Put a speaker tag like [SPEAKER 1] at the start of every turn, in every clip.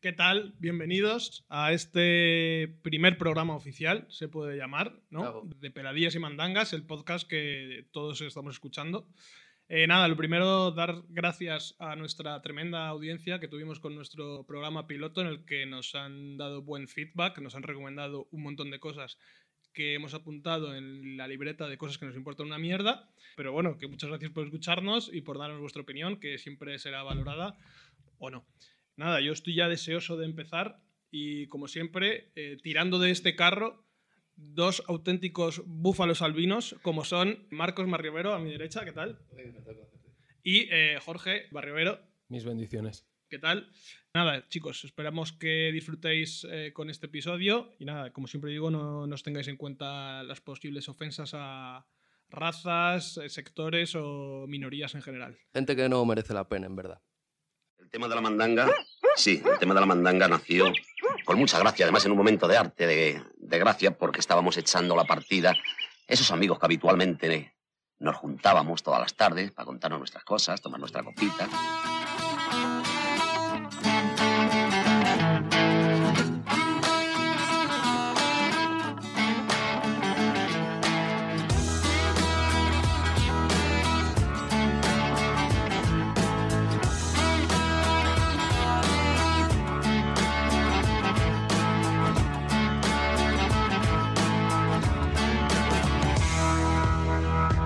[SPEAKER 1] ¿Qué tal? Bienvenidos a este primer programa oficial, se puede llamar, ¿no?
[SPEAKER 2] Bravo.
[SPEAKER 1] De Peladillas y Mandangas, el podcast que todos estamos escuchando. Eh, nada, lo primero, dar gracias a nuestra tremenda audiencia que tuvimos con nuestro programa piloto en el que nos han dado buen feedback, nos han recomendado un montón de cosas que hemos apuntado en la libreta de cosas que nos importan una mierda. Pero bueno, que muchas gracias por escucharnos y por darnos vuestra opinión, que siempre será valorada o no. Nada, yo estoy ya deseoso de empezar y como siempre, eh, tirando de este carro, dos auténticos búfalos albinos, como son Marcos Marriobero a mi derecha, ¿qué tal? Y eh, Jorge Barriobero,
[SPEAKER 3] Mis bendiciones.
[SPEAKER 1] ¿qué tal? Nada, chicos, esperamos que disfrutéis eh, con este episodio y nada, como siempre digo, no, no os tengáis en cuenta las posibles ofensas a razas, eh, sectores o minorías en general.
[SPEAKER 2] Gente que no merece la pena, en verdad.
[SPEAKER 4] El tema de la mandanga, sí, el tema de la mandanga nació con mucha gracia, además en un momento de arte, de, de gracia, porque estábamos echando la partida. Esos amigos que habitualmente nos juntábamos todas las tardes para contarnos nuestras cosas, tomar nuestra copita.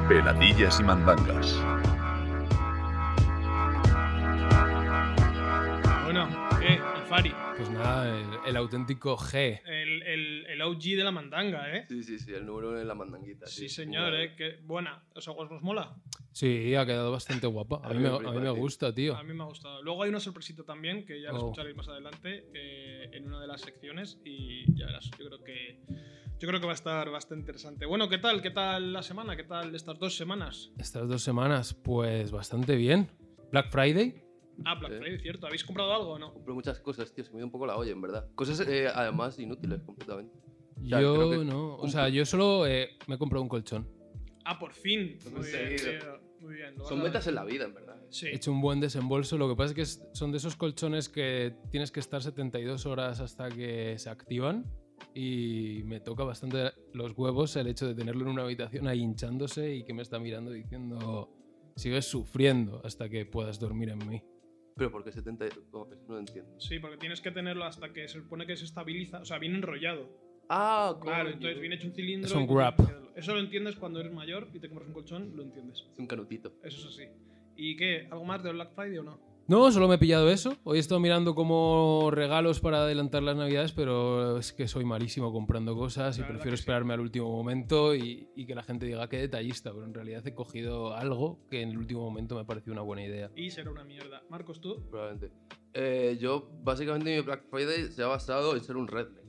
[SPEAKER 5] Peladillas y mandangas.
[SPEAKER 1] Bueno, eh, Fari,
[SPEAKER 3] Pues nada, el, el auténtico G.
[SPEAKER 1] el, el, el OG de la mandanga, ¿eh?
[SPEAKER 2] Sí, sí, sí, el número uno en la mandanguita.
[SPEAKER 1] Sí, señor, ¿eh? Qué buena. ¿Os aguas nos mola?
[SPEAKER 3] Sí, ha quedado bastante guapa. A,
[SPEAKER 2] A
[SPEAKER 3] mí,
[SPEAKER 2] mí
[SPEAKER 3] me,
[SPEAKER 2] me
[SPEAKER 3] a mí
[SPEAKER 2] flipa,
[SPEAKER 3] me
[SPEAKER 2] tío.
[SPEAKER 3] gusta, tío.
[SPEAKER 1] A mí me ha gustado. Luego hay una sorpresita también, que ya la
[SPEAKER 3] Oh.
[SPEAKER 1] escucharéis más adelante, eh, en una de las secciones, y ya verás. Yo creo que. Yo creo que va a estar bastante interesante. Bueno, ¿qué tal? ¿Qué tal la semana? ¿Qué tal estas dos semanas?
[SPEAKER 3] Estas dos semanas, pues bastante bien. Black Friday.
[SPEAKER 1] Ah, Black
[SPEAKER 2] Sí.
[SPEAKER 1] Friday, cierto. ¿Habéis comprado algo o no?
[SPEAKER 2] Compré muchas cosas, tío, se me dio un poco la olla, en verdad. Cosas, eh, además, inútiles completamente. Ya, creo
[SPEAKER 3] Yo
[SPEAKER 2] que
[SPEAKER 3] no. O
[SPEAKER 2] un-
[SPEAKER 3] sea, yo solo eh, me he comprado un colchón.
[SPEAKER 1] Ah, por fin.
[SPEAKER 2] Lo he
[SPEAKER 1] Muy bien,
[SPEAKER 2] conseguido.
[SPEAKER 1] tío. Muy bien. lo vas
[SPEAKER 2] Son
[SPEAKER 1] a-
[SPEAKER 2] metas en la vida, en verdad.
[SPEAKER 1] Sí.
[SPEAKER 3] He hecho un buen desembolso. Lo que pasa es que es- son de esos colchones que tienes que estar 72 horas hasta que se activan. Y me toca bastante los huevos el hecho de tenerlo en una habitación ahí hinchándose y que me está mirando diciendo, sigues sufriendo hasta que puedas dormir en mí.
[SPEAKER 2] Pero porque 70... No, eso no lo entiendo.
[SPEAKER 1] Sí, porque tienes que tenerlo hasta que se supone que se estabiliza. O sea, viene enrollado.
[SPEAKER 2] Ah, coño.
[SPEAKER 1] Claro, entonces viene hecho un cilindro.
[SPEAKER 3] Es un
[SPEAKER 1] y tú tienes
[SPEAKER 3] wrap.
[SPEAKER 1] que hacerlo. Eso lo entiendes cuando eres mayor y te compras un colchón, lo entiendes.
[SPEAKER 2] Es un canutito.
[SPEAKER 1] Eso es así. ¿Y qué? ¿Algo más de Black Friday o no?
[SPEAKER 3] No, solo me he pillado eso. Hoy he estado mirando como regalos para adelantar las navidades, pero es que soy malísimo comprando cosas y
[SPEAKER 1] La verdad
[SPEAKER 3] prefiero
[SPEAKER 1] que sí.
[SPEAKER 3] esperarme al último momento y, y que la gente diga qué detallista, pero en realidad he cogido algo que en el último momento me pareció una buena idea.
[SPEAKER 1] Y será una mierda. Marcos, tú.
[SPEAKER 2] Probablemente. Eh, yo, básicamente, mi Black Friday se ha basado en ser un redneck.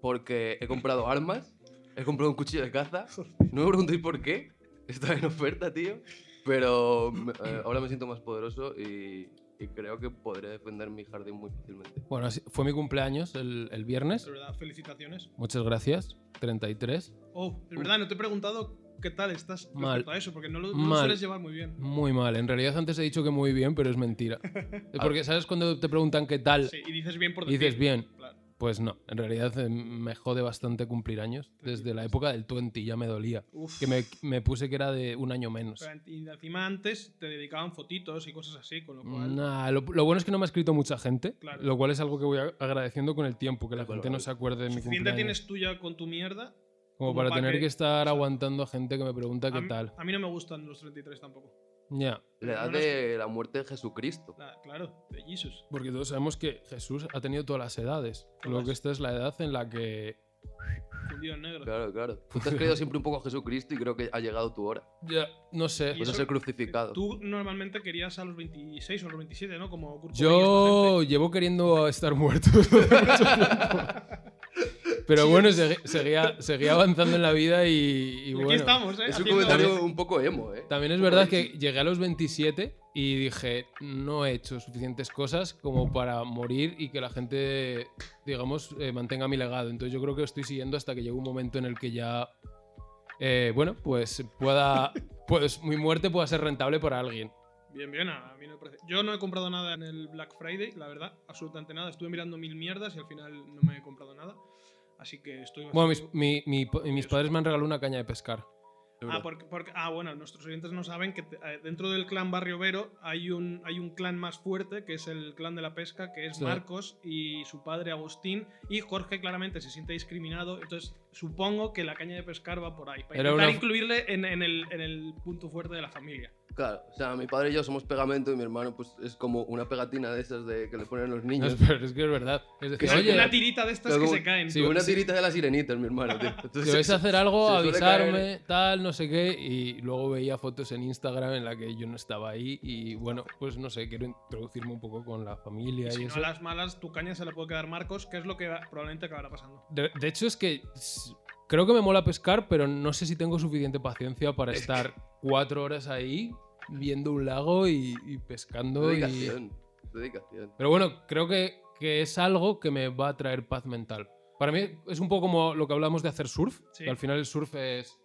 [SPEAKER 2] Porque he comprado armas, he comprado un cuchillo de caza. No me preguntéis por qué. Está en oferta, tío. Pero me- eh, ahora me siento más poderoso y, y creo que podré defender mi jardín muy fácilmente.
[SPEAKER 3] Bueno, así- fue mi cumpleaños el, el viernes.
[SPEAKER 1] Es verdad, felicitaciones.
[SPEAKER 3] Muchas gracias. 33.
[SPEAKER 1] Oh, es verdad, no te he preguntado qué tal estás respecto
[SPEAKER 3] Mal.
[SPEAKER 1] a eso, porque no lo, no lo
[SPEAKER 3] Mal.
[SPEAKER 1] sueles llevar muy bien.
[SPEAKER 3] Muy mal. En realidad antes he dicho que muy bien, pero es mentira. Porque sabes cuando te preguntan qué tal
[SPEAKER 1] Sí, y dices bien por
[SPEAKER 3] y
[SPEAKER 1] decir.
[SPEAKER 3] dices bien.
[SPEAKER 1] Claro.
[SPEAKER 3] Pues no, en realidad eh, me jode bastante cumplir años. Desde la época del 20 ya me dolía.
[SPEAKER 1] Uf.
[SPEAKER 3] Que me, me puse que era de un año menos.
[SPEAKER 1] Pero Y encima antes te dedicaban fotitos y cosas así, con lo cual.
[SPEAKER 3] Nah, lo, lo bueno es que no me ha escrito mucha gente,
[SPEAKER 1] Claro.
[SPEAKER 3] lo cual es algo que voy a- agradeciendo con el tiempo, que la
[SPEAKER 2] Claro,
[SPEAKER 3] gente no
[SPEAKER 2] claro.
[SPEAKER 3] se acuerde de mi
[SPEAKER 1] Suficiente
[SPEAKER 3] cumpleaños.
[SPEAKER 1] tienes tuya con tu mierda.
[SPEAKER 3] como
[SPEAKER 1] como
[SPEAKER 3] para
[SPEAKER 1] para
[SPEAKER 3] tener
[SPEAKER 1] que-
[SPEAKER 3] que estar
[SPEAKER 1] Exacto.
[SPEAKER 3] aguantando a gente que me pregunta
[SPEAKER 1] a
[SPEAKER 3] qué
[SPEAKER 1] mí,
[SPEAKER 3] tal.
[SPEAKER 1] a mí no me gustan los 33 tampoco.
[SPEAKER 3] Ya,
[SPEAKER 2] La edad
[SPEAKER 1] No, no es-
[SPEAKER 2] de la muerte de Jesucristo.
[SPEAKER 1] Nah, claro, de Jesus.
[SPEAKER 3] porque todos sabemos que Jesús ha tenido todas las edades. Lo
[SPEAKER 1] Todas.
[SPEAKER 3] que esta es la edad en la que...
[SPEAKER 1] Fundido en negro.
[SPEAKER 2] Claro, claro. Tú te has creído siempre un poco a Jesucristo y creo que ha llegado tu hora.
[SPEAKER 3] Ya, no sé.
[SPEAKER 1] Y
[SPEAKER 2] Vas a
[SPEAKER 1] eso-
[SPEAKER 2] ser crucificado.
[SPEAKER 1] Tú normalmente querías a los 26 o los 27, ¿no? Como Kurt Cobain y esta
[SPEAKER 3] Yo llevo queriendo estar muerto. desde mucho tiempo. Pero bueno, segui- seguía, seguía avanzando en la vida y, y
[SPEAKER 1] gente. Y aquí
[SPEAKER 3] bueno.
[SPEAKER 1] estamos, ¿eh?
[SPEAKER 2] Es un
[SPEAKER 1] Haciendo-
[SPEAKER 2] comentario un poco emo, ¿eh?
[SPEAKER 3] También es verdad que llegué a los 27 y dije, no he hecho suficientes cosas como para morir y que la gente, digamos, eh, mantenga mi legado. Entonces yo creo que estoy siguiendo hasta que llegue un momento en el que ya, eh, bueno, pues pueda, pues mi muerte pueda ser rentable para alguien.
[SPEAKER 1] Bien, bien, a mí no me parece. Yo no he comprado nada en el Black Friday, la verdad, absolutamente nada. Estuve mirando mil mierdas y al final no me he comprado nada. Así que estoy
[SPEAKER 3] Bueno, mis,
[SPEAKER 1] bastante-
[SPEAKER 3] mi- mi- po- mis
[SPEAKER 1] Curioso.
[SPEAKER 3] padres me han regalado una caña de pescar.
[SPEAKER 1] Ah,
[SPEAKER 2] de verdad.
[SPEAKER 1] porque, porque- ah, bueno, nuestros oyentes no saben que te- eh, dentro del clan Barrio Vero hay un, hay un clan más fuerte, que es el clan de la pesca, que es
[SPEAKER 3] Sí.
[SPEAKER 1] Marcos y su padre Agustín. Y Jorge claramente se siente discriminado, entonces supongo que la caña de pescar va por ahí. Para
[SPEAKER 3] Era
[SPEAKER 1] intentar
[SPEAKER 3] una-
[SPEAKER 1] incluirle en, en el, en el punto fuerte de la familia.
[SPEAKER 2] Claro, o sea, mi padre y yo somos pegamento y mi hermano pues es como una pegatina de esas de que le ponen los
[SPEAKER 3] No,
[SPEAKER 2] niños.
[SPEAKER 3] pero es que es verdad. Es decir,
[SPEAKER 2] Que
[SPEAKER 3] oye, eh.
[SPEAKER 1] una tirita de estas
[SPEAKER 2] pero
[SPEAKER 1] que
[SPEAKER 2] como-
[SPEAKER 1] se caen.
[SPEAKER 3] sí,
[SPEAKER 2] Como una
[SPEAKER 3] sí.
[SPEAKER 2] tirita de las sirenitas, mi hermano, tío. Entonces,
[SPEAKER 3] Si vais a hacer algo,
[SPEAKER 2] se suele caer-
[SPEAKER 3] avisarme, tal, no sé qué. Y luego veía fotos en Instagram en la que yo no estaba ahí. Y bueno, pues no sé, quiero introducirme un poco con la familia
[SPEAKER 1] Y
[SPEAKER 3] y,
[SPEAKER 1] si no,
[SPEAKER 3] eso.
[SPEAKER 1] a las malas, tu caña se la puede quedar Marcos, que es lo que va- probablemente acabará pasando.
[SPEAKER 3] de, de hecho, es que s- creo que me mola pescar, pero no sé si tengo suficiente paciencia para estar cuatro horas ahí viendo un lago y, y pescando. y-
[SPEAKER 2] Dedicación, dedicación.
[SPEAKER 3] Pero bueno, creo que, que es algo que me va a traer paz mental. Para mí es un poco como lo que hablamos de hacer surf.
[SPEAKER 1] Sí.
[SPEAKER 3] Que al final el surf es.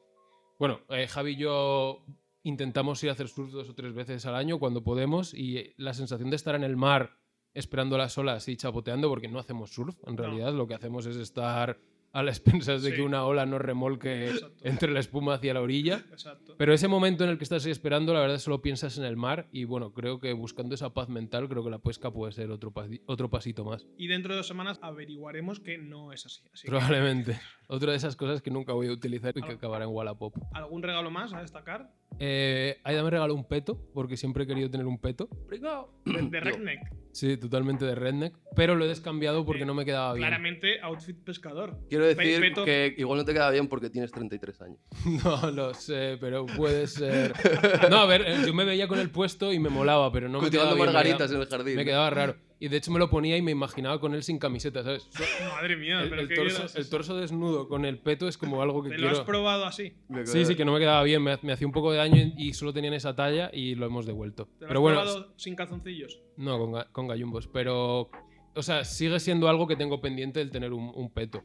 [SPEAKER 3] Bueno, eh, Javi y yo intentamos ir a hacer surf dos o tres veces al año cuando podemos y eh, la sensación de estar en el mar esperando las olas y chapoteando, porque no hacemos surf en
[SPEAKER 1] No.
[SPEAKER 3] realidad, lo que hacemos es estar a las expensas de
[SPEAKER 1] Sí.
[SPEAKER 3] que una ola nos remolque
[SPEAKER 1] Exacto.
[SPEAKER 3] entre la espuma hacia la orilla.
[SPEAKER 1] Exacto.
[SPEAKER 3] Pero ese momento en el que estás ahí esperando, la verdad solo piensas en el mar y bueno, creo que buscando esa paz mental, creo que la pesca puede ser otro, pasi- otro pasito más.
[SPEAKER 1] Y dentro de dos semanas averiguaremos que no es así. Así que,
[SPEAKER 3] Probablemente. Otra de esas cosas que nunca voy a utilizar y
[SPEAKER 1] Ah.
[SPEAKER 3] que acabará en Wallapop.
[SPEAKER 1] ¿algún regalo más a destacar?
[SPEAKER 3] Eh, Aida me regaló un peto, porque siempre he querido tener un peto.
[SPEAKER 1] De, de
[SPEAKER 2] Yo-
[SPEAKER 1] Redneck.
[SPEAKER 3] Sí, totalmente de redneck. Pero lo he descambiado porque
[SPEAKER 1] Eh,
[SPEAKER 3] no me quedaba bien.
[SPEAKER 1] Claramente, outfit pescador.
[SPEAKER 2] Quiero decir
[SPEAKER 1] Pe- peto.
[SPEAKER 2] que igual no te queda bien porque tienes 33 años.
[SPEAKER 3] No lo sé, pero puede ser. No, a ver, eh, yo me veía con el puesto y me molaba, pero no me quedaba
[SPEAKER 2] Cultivando
[SPEAKER 3] bien. me quedaba-
[SPEAKER 2] margaritas en el jardín.
[SPEAKER 3] Me
[SPEAKER 2] ¿no?
[SPEAKER 3] quedaba raro. Y de hecho me lo ponía y me imaginaba con él sin camiseta, ¿sabes?
[SPEAKER 1] Madre mía,
[SPEAKER 3] El,
[SPEAKER 1] pero
[SPEAKER 3] el
[SPEAKER 1] qué vida es
[SPEAKER 3] torso, el
[SPEAKER 1] esa.
[SPEAKER 3] torso desnudo con el peto es como algo que
[SPEAKER 1] ¿Te lo has
[SPEAKER 3] quiero.
[SPEAKER 1] probado así?
[SPEAKER 2] Me quedaba-
[SPEAKER 3] Sí, sí, que no me quedaba bien, me, ha- me hacía un poco de daño y- y solo tenían esa talla y lo hemos devuelto.
[SPEAKER 1] ¿Te lo
[SPEAKER 3] Pero
[SPEAKER 1] has
[SPEAKER 3] bueno,
[SPEAKER 1] probado sin calzoncillos?
[SPEAKER 3] no, con, ga- con gallumbos, pero. O sea, sigue siendo algo que tengo pendiente el tener un, un peto.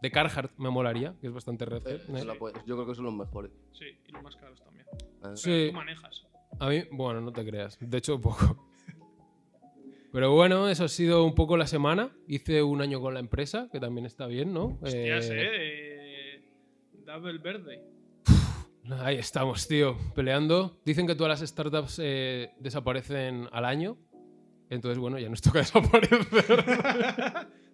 [SPEAKER 3] De Carhartt me molaría, que es bastante recio.
[SPEAKER 2] Eh, se la puedes- Yo creo que son los mejores.
[SPEAKER 1] Sí, y los más caros también.
[SPEAKER 2] Ah.
[SPEAKER 3] Sí,
[SPEAKER 1] Tú manejas.
[SPEAKER 3] a mí, bueno, no te creas. De hecho, poco. Pero bueno, eso ha sido un poco la semana. Hice un año con la empresa, que también está bien, ¿no?
[SPEAKER 1] Hostias,
[SPEAKER 3] Eh,
[SPEAKER 1] eh. Double verde.
[SPEAKER 3] Ahí estamos, tío, peleando. Dicen que todas las startups eh, desaparecen al año. Entonces, bueno, ya nos toca desaparecer.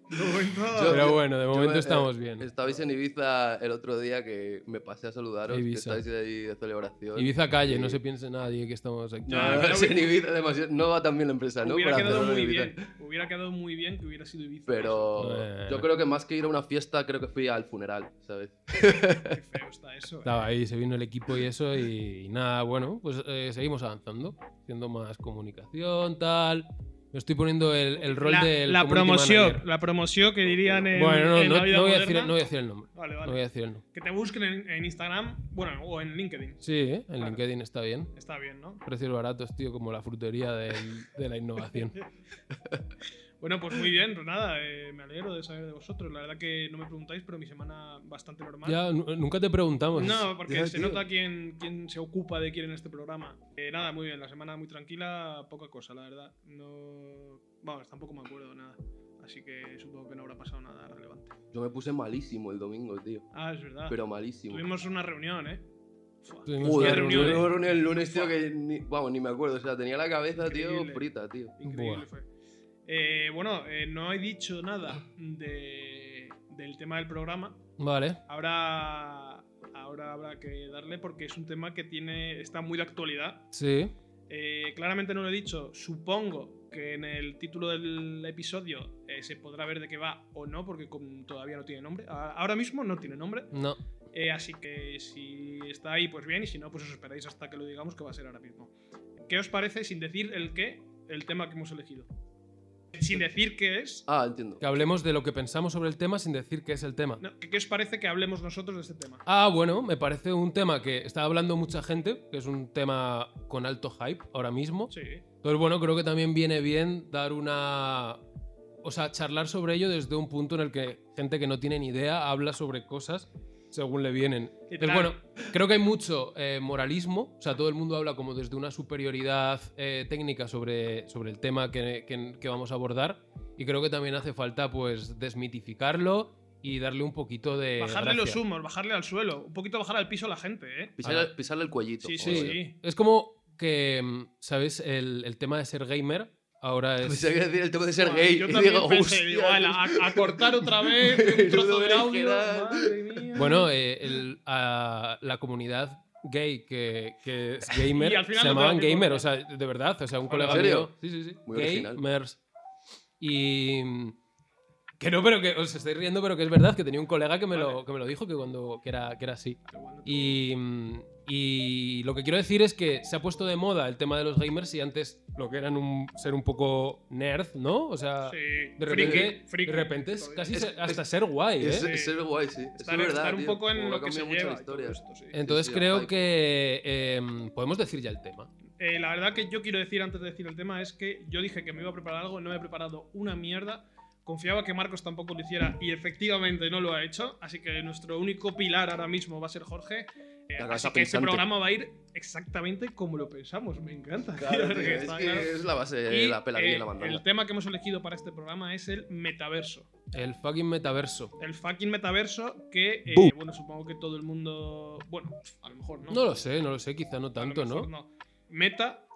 [SPEAKER 3] Pero bueno, de
[SPEAKER 2] Yo
[SPEAKER 3] momento
[SPEAKER 2] me-
[SPEAKER 3] estamos
[SPEAKER 2] eh,
[SPEAKER 3] bien.
[SPEAKER 2] Estabais en Ibiza el otro día que me pasé a saludaros. que
[SPEAKER 3] Ibiza.
[SPEAKER 2] estáis ahí de celebración.
[SPEAKER 3] Ibiza calle, no
[SPEAKER 2] Sí.
[SPEAKER 3] se piense nadie que estamos aquí.
[SPEAKER 2] No,
[SPEAKER 1] Ah,
[SPEAKER 2] no,
[SPEAKER 1] pero
[SPEAKER 2] sí,
[SPEAKER 1] hubi-
[SPEAKER 2] en Ibiza demasiado- no va tan bien la empresa, ¿no?
[SPEAKER 1] hubiera
[SPEAKER 2] Para
[SPEAKER 1] quedado
[SPEAKER 2] hacerlo en
[SPEAKER 1] muy
[SPEAKER 2] Ibiza.
[SPEAKER 1] bien. Hubiera quedado muy bien que hubiera sido Ibiza.
[SPEAKER 2] Pero
[SPEAKER 3] Eh.
[SPEAKER 2] yo creo que más que ir a una fiesta, creo que fui al funeral, ¿sabes?
[SPEAKER 1] Qué feo está eso. eh.
[SPEAKER 3] Estaba ahí, se vino el equipo y eso, y, y nada, bueno, pues eh, seguimos avanzando, haciendo más comunicación, tal. Me estoy poniendo el, el rol
[SPEAKER 1] la,
[SPEAKER 3] del.
[SPEAKER 1] la
[SPEAKER 3] community
[SPEAKER 1] promoción,
[SPEAKER 3] manager.
[SPEAKER 1] la promoción que dirían en,
[SPEAKER 3] Bueno, no,
[SPEAKER 1] en
[SPEAKER 3] no,
[SPEAKER 1] la vida
[SPEAKER 3] no voy a
[SPEAKER 1] moderna.
[SPEAKER 3] decir, no voy a decir el nombre.
[SPEAKER 1] Vale,
[SPEAKER 3] No voy a
[SPEAKER 1] vale.
[SPEAKER 3] decir el nombre.
[SPEAKER 1] Que te busquen en, en Instagram, bueno, o en LinkedIn.
[SPEAKER 3] Sí, ¿eh? en
[SPEAKER 1] Claro.
[SPEAKER 3] LinkedIn está bien.
[SPEAKER 1] Está bien, ¿no?
[SPEAKER 3] Precios baratos, tío, como la frutería del- de la innovación.
[SPEAKER 1] Bueno, pues muy bien, pues nada, eh, me alegro de saber de vosotros. La verdad que no me preguntáis, pero mi semana bastante normal.
[SPEAKER 3] Ya, nu- nunca te preguntamos.
[SPEAKER 1] no, porque
[SPEAKER 2] ya,
[SPEAKER 1] se
[SPEAKER 2] tío.
[SPEAKER 1] nota quién, quién se ocupa de quién en este programa. Eh, nada, muy bien, la semana muy tranquila, poca cosa, la verdad. No. Vamos, tampoco me acuerdo de nada. Así que supongo que no habrá pasado nada relevante.
[SPEAKER 2] Yo me puse malísimo el domingo, tío.
[SPEAKER 1] Ah, es verdad.
[SPEAKER 2] Pero malísimo.
[SPEAKER 1] Tuvimos una reunión, ¿eh? Fua,
[SPEAKER 3] Tuvimos
[SPEAKER 1] qué
[SPEAKER 2] Joder,
[SPEAKER 1] reunión,
[SPEAKER 2] reunión,
[SPEAKER 1] ¿eh?
[SPEAKER 2] reunión el lunes, tío, que ni, vamos, ni me acuerdo. O sea, tenía la cabeza, tío,
[SPEAKER 1] Increíble.
[SPEAKER 2] frita, tío.
[SPEAKER 1] Increíble
[SPEAKER 3] Buah.
[SPEAKER 1] fue. Eh, bueno, eh, no he dicho nada de- del tema del programa.
[SPEAKER 3] Vale.
[SPEAKER 1] Ahora, ahora habrá que darle porque es un tema que tiene, está muy de actualidad.
[SPEAKER 3] Sí.
[SPEAKER 1] Eh, claramente no lo he dicho. Supongo que en el título del episodio eh, se podrá ver de qué va o no, porque con- todavía no tiene nombre. A- Ahora mismo no tiene nombre.
[SPEAKER 3] No.
[SPEAKER 1] Eh, así que si está ahí, pues bien, y si no, pues os esperáis hasta que lo digamos que va a ser ahora mismo. ¿Qué os parece, sin decir el qué, el tema que hemos elegido? Sin decir qué es.
[SPEAKER 2] Ah, entiendo.
[SPEAKER 3] Que hablemos de lo que pensamos sobre el tema sin decir qué es el tema.
[SPEAKER 1] no, ¿qué, qué os parece que hablemos nosotros de este tema?
[SPEAKER 3] Ah, bueno, me parece un tema que está hablando mucha gente, que es un tema con alto hype ahora mismo.
[SPEAKER 1] Sí,
[SPEAKER 3] Entonces, bueno, creo que también viene bien dar una. O sea, charlar sobre ello desde un punto en el que gente que no tiene ni idea habla sobre cosas según le vienen.
[SPEAKER 1] ¿Qué
[SPEAKER 3] Entonces,
[SPEAKER 1] tal?
[SPEAKER 3] Pues bueno, creo que hay mucho eh, moralismo, o sea, todo el mundo habla como desde una superioridad eh, técnica sobre, sobre el tema que, que- que vamos a abordar y creo que también hace falta pues desmitificarlo y darle un poquito de...
[SPEAKER 1] Bajarle los
[SPEAKER 3] gracia.
[SPEAKER 1] humos, bajarle al suelo. Un poquito bajar al piso a la gente, ¿eh?
[SPEAKER 2] Pisarle, pisarle el cuellito.
[SPEAKER 1] Sí, sí,
[SPEAKER 2] joder.
[SPEAKER 1] sí.
[SPEAKER 3] Es como que, mm, ¿sabes? El, el tema de ser gamer ahora
[SPEAKER 1] Pues
[SPEAKER 3] es...
[SPEAKER 2] Pensé que iba a decir el tema de ser
[SPEAKER 1] Bueno,
[SPEAKER 2] gay.
[SPEAKER 1] Yo
[SPEAKER 2] y
[SPEAKER 1] también
[SPEAKER 2] digo,
[SPEAKER 1] pensé, digo,
[SPEAKER 2] hostia,
[SPEAKER 1] "Ala, a, a cortar otra vez un trozo del audio.
[SPEAKER 2] Original.
[SPEAKER 1] madre mía.
[SPEAKER 3] Bueno, eh, el- a la comunidad gay que, que es gamer
[SPEAKER 1] Y al final
[SPEAKER 3] se
[SPEAKER 1] no te
[SPEAKER 3] llamaban
[SPEAKER 1] das ni
[SPEAKER 3] gamer,
[SPEAKER 1] cuenta.
[SPEAKER 3] o sea, de verdad, o sea, un
[SPEAKER 1] ¿En
[SPEAKER 3] colega
[SPEAKER 2] Ah, serio?
[SPEAKER 3] mío, sí, sí, sí,
[SPEAKER 2] Muy original.
[SPEAKER 3] gamers. Y mm, que no, pero que os estáis riendo, pero que es verdad que tenía un colega que me, lo, que me lo dijo que cuando que era que era así. Y, mm, y lo que quiero decir es que se ha puesto de moda el tema de los gamers y antes lo que eran un ser un poco nerd, ¿no? O sea,
[SPEAKER 1] Sí,
[SPEAKER 3] de repente,
[SPEAKER 1] friki, friki.
[SPEAKER 3] de repente es casi
[SPEAKER 2] Es-
[SPEAKER 3] se- hasta
[SPEAKER 2] es-
[SPEAKER 3] ser guay, ¿eh?
[SPEAKER 2] Es,
[SPEAKER 1] Sí.
[SPEAKER 2] es ser guay, sí. Eso
[SPEAKER 1] Estar,
[SPEAKER 2] es verdad.
[SPEAKER 1] estar un
[SPEAKER 2] tío,
[SPEAKER 1] poco en
[SPEAKER 2] como
[SPEAKER 1] lo
[SPEAKER 2] ha
[SPEAKER 1] que se
[SPEAKER 2] cambiado mucho
[SPEAKER 1] lleva.
[SPEAKER 2] la
[SPEAKER 1] y todo
[SPEAKER 2] historia.
[SPEAKER 1] esto, sí.
[SPEAKER 3] Entonces
[SPEAKER 2] sí,
[SPEAKER 3] creo
[SPEAKER 2] hype.
[SPEAKER 3] que em, podemos decir ya el tema.
[SPEAKER 1] Eh, la verdad que yo quiero decir antes de decir el tema es que yo dije que me iba a preparar algo, no me he preparado una mierda. Confiaba que Marcos tampoco lo hiciera y efectivamente no lo ha hecho. Así que nuestro único pilar ahora mismo va a ser Jorge. Eh,
[SPEAKER 2] La
[SPEAKER 1] así
[SPEAKER 2] cabeza
[SPEAKER 1] que este
[SPEAKER 2] pensante.
[SPEAKER 1] programa va a ir exactamente como lo pensamos. Me encanta. tío,
[SPEAKER 2] Claro, tío,
[SPEAKER 1] porque
[SPEAKER 2] es
[SPEAKER 1] está
[SPEAKER 2] que
[SPEAKER 1] claro.
[SPEAKER 2] es la base de
[SPEAKER 1] Y,
[SPEAKER 2] la peladilla y
[SPEAKER 1] eh,
[SPEAKER 2] la
[SPEAKER 1] el
[SPEAKER 2] mandanga.
[SPEAKER 1] tema que hemos elegido para este programa es el metaverso.
[SPEAKER 3] El fucking metaverso.
[SPEAKER 1] El fucking metaverso que, eh, bueno, supongo que todo el mundo. Bueno, a lo mejor no.
[SPEAKER 3] No lo sé, no lo sé, quizá no
[SPEAKER 1] A lo
[SPEAKER 3] tanto,
[SPEAKER 1] mejor
[SPEAKER 3] ¿no?
[SPEAKER 1] Meta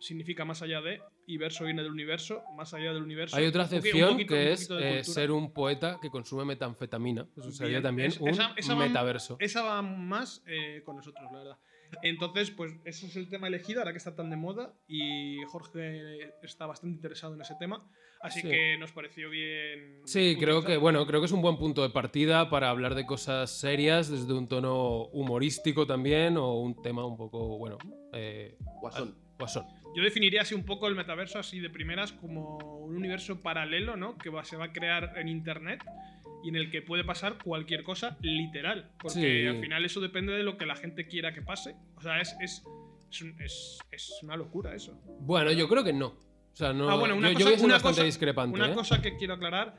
[SPEAKER 1] significa más allá de, y verso viene del universo, más allá del universo.
[SPEAKER 3] Hay otra
[SPEAKER 1] Ok, un
[SPEAKER 3] acepción
[SPEAKER 1] poquito- un
[SPEAKER 3] que es
[SPEAKER 1] poquito de
[SPEAKER 3] eh,
[SPEAKER 1] cultura.
[SPEAKER 3] ser un poeta que consume metanfetamina. Eso sería
[SPEAKER 1] Bien,
[SPEAKER 3] también
[SPEAKER 1] es-
[SPEAKER 3] un
[SPEAKER 1] esa- esa va-
[SPEAKER 3] metaverso.
[SPEAKER 1] Esa va más eh, con nosotros, la verdad. Entonces, pues ese es el tema elegido, ahora que está tan de moda, y Jorge está bastante interesado en ese tema, así
[SPEAKER 3] Sí.
[SPEAKER 1] que nos pareció bien.
[SPEAKER 3] Sí, creo que,
[SPEAKER 1] utilizarlo.
[SPEAKER 3] bueno, creo que es un buen punto de partida para hablar de cosas serias desde un tono humorístico también o un tema un poco, bueno, eh,
[SPEAKER 2] Guasón.
[SPEAKER 3] guasón.
[SPEAKER 1] Yo definiría así un poco el metaverso, así de primeras, como un universo paralelo, ¿no? Que va- se va a crear en internet y en el que puede pasar cualquier cosa literal. Porque
[SPEAKER 3] Sí.
[SPEAKER 1] al final eso depende de lo que la gente quiera que pase. O sea, es, es, es, un- es- es una locura eso.
[SPEAKER 3] Bueno, yo creo que no. O sea, no.
[SPEAKER 1] Ah, bueno, una
[SPEAKER 3] yo, yo
[SPEAKER 1] cosa-
[SPEAKER 3] voy a ser
[SPEAKER 1] una
[SPEAKER 3] bastante
[SPEAKER 1] cosa-
[SPEAKER 3] discrepante.
[SPEAKER 1] Una
[SPEAKER 3] ¿eh?
[SPEAKER 1] cosa que quiero aclarar,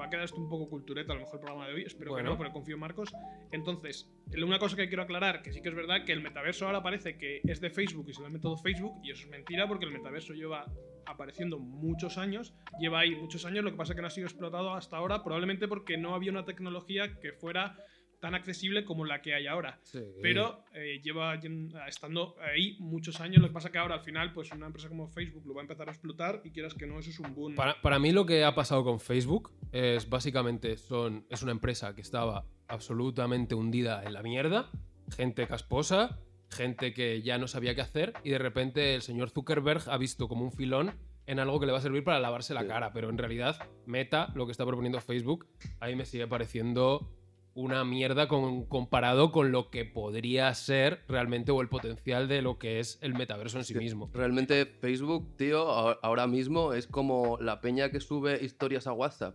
[SPEAKER 1] va a quedar esto un poco cultureta, a lo mejor el programa de hoy, espero
[SPEAKER 3] Bueno.
[SPEAKER 1] que no, pero confío en Marcos. Entonces, una cosa que quiero aclarar, que sí que es verdad, que el metaverso ahora parece que es de Facebook y se lo ha inventado Facebook, y eso es mentira porque el metaverso lleva apareciendo muchos años, lleva ahí muchos años, lo que pasa es que no ha sido explotado hasta ahora, probablemente porque no había una tecnología que fuera tan accesible como la que hay ahora
[SPEAKER 3] Sí.
[SPEAKER 1] pero eh, lleva yen- estando ahí muchos años. Lo que pasa que ahora al final, pues una empresa como Facebook lo va a empezar a explotar y quieras que no, eso es un boom.
[SPEAKER 3] Para, para mí lo que ha pasado con Facebook es básicamente son, es una empresa que estaba absolutamente hundida en la mierda, gente casposa, gente que ya no sabía qué hacer y de repente el señor Zuckerberg ha visto como un filón en algo que le va a servir para lavarse la
[SPEAKER 2] Sí.
[SPEAKER 3] cara, pero en realidad Meta, lo que está proponiendo Facebook, a mí me sigue pareciendo una mierda con- comparado con lo que podría ser realmente o el potencial de lo que es el metaverso en sí
[SPEAKER 2] Sí.
[SPEAKER 3] mismo.
[SPEAKER 2] Realmente Facebook, tío, ahora- ahora mismo es como la peña que sube historias a WhatsApp.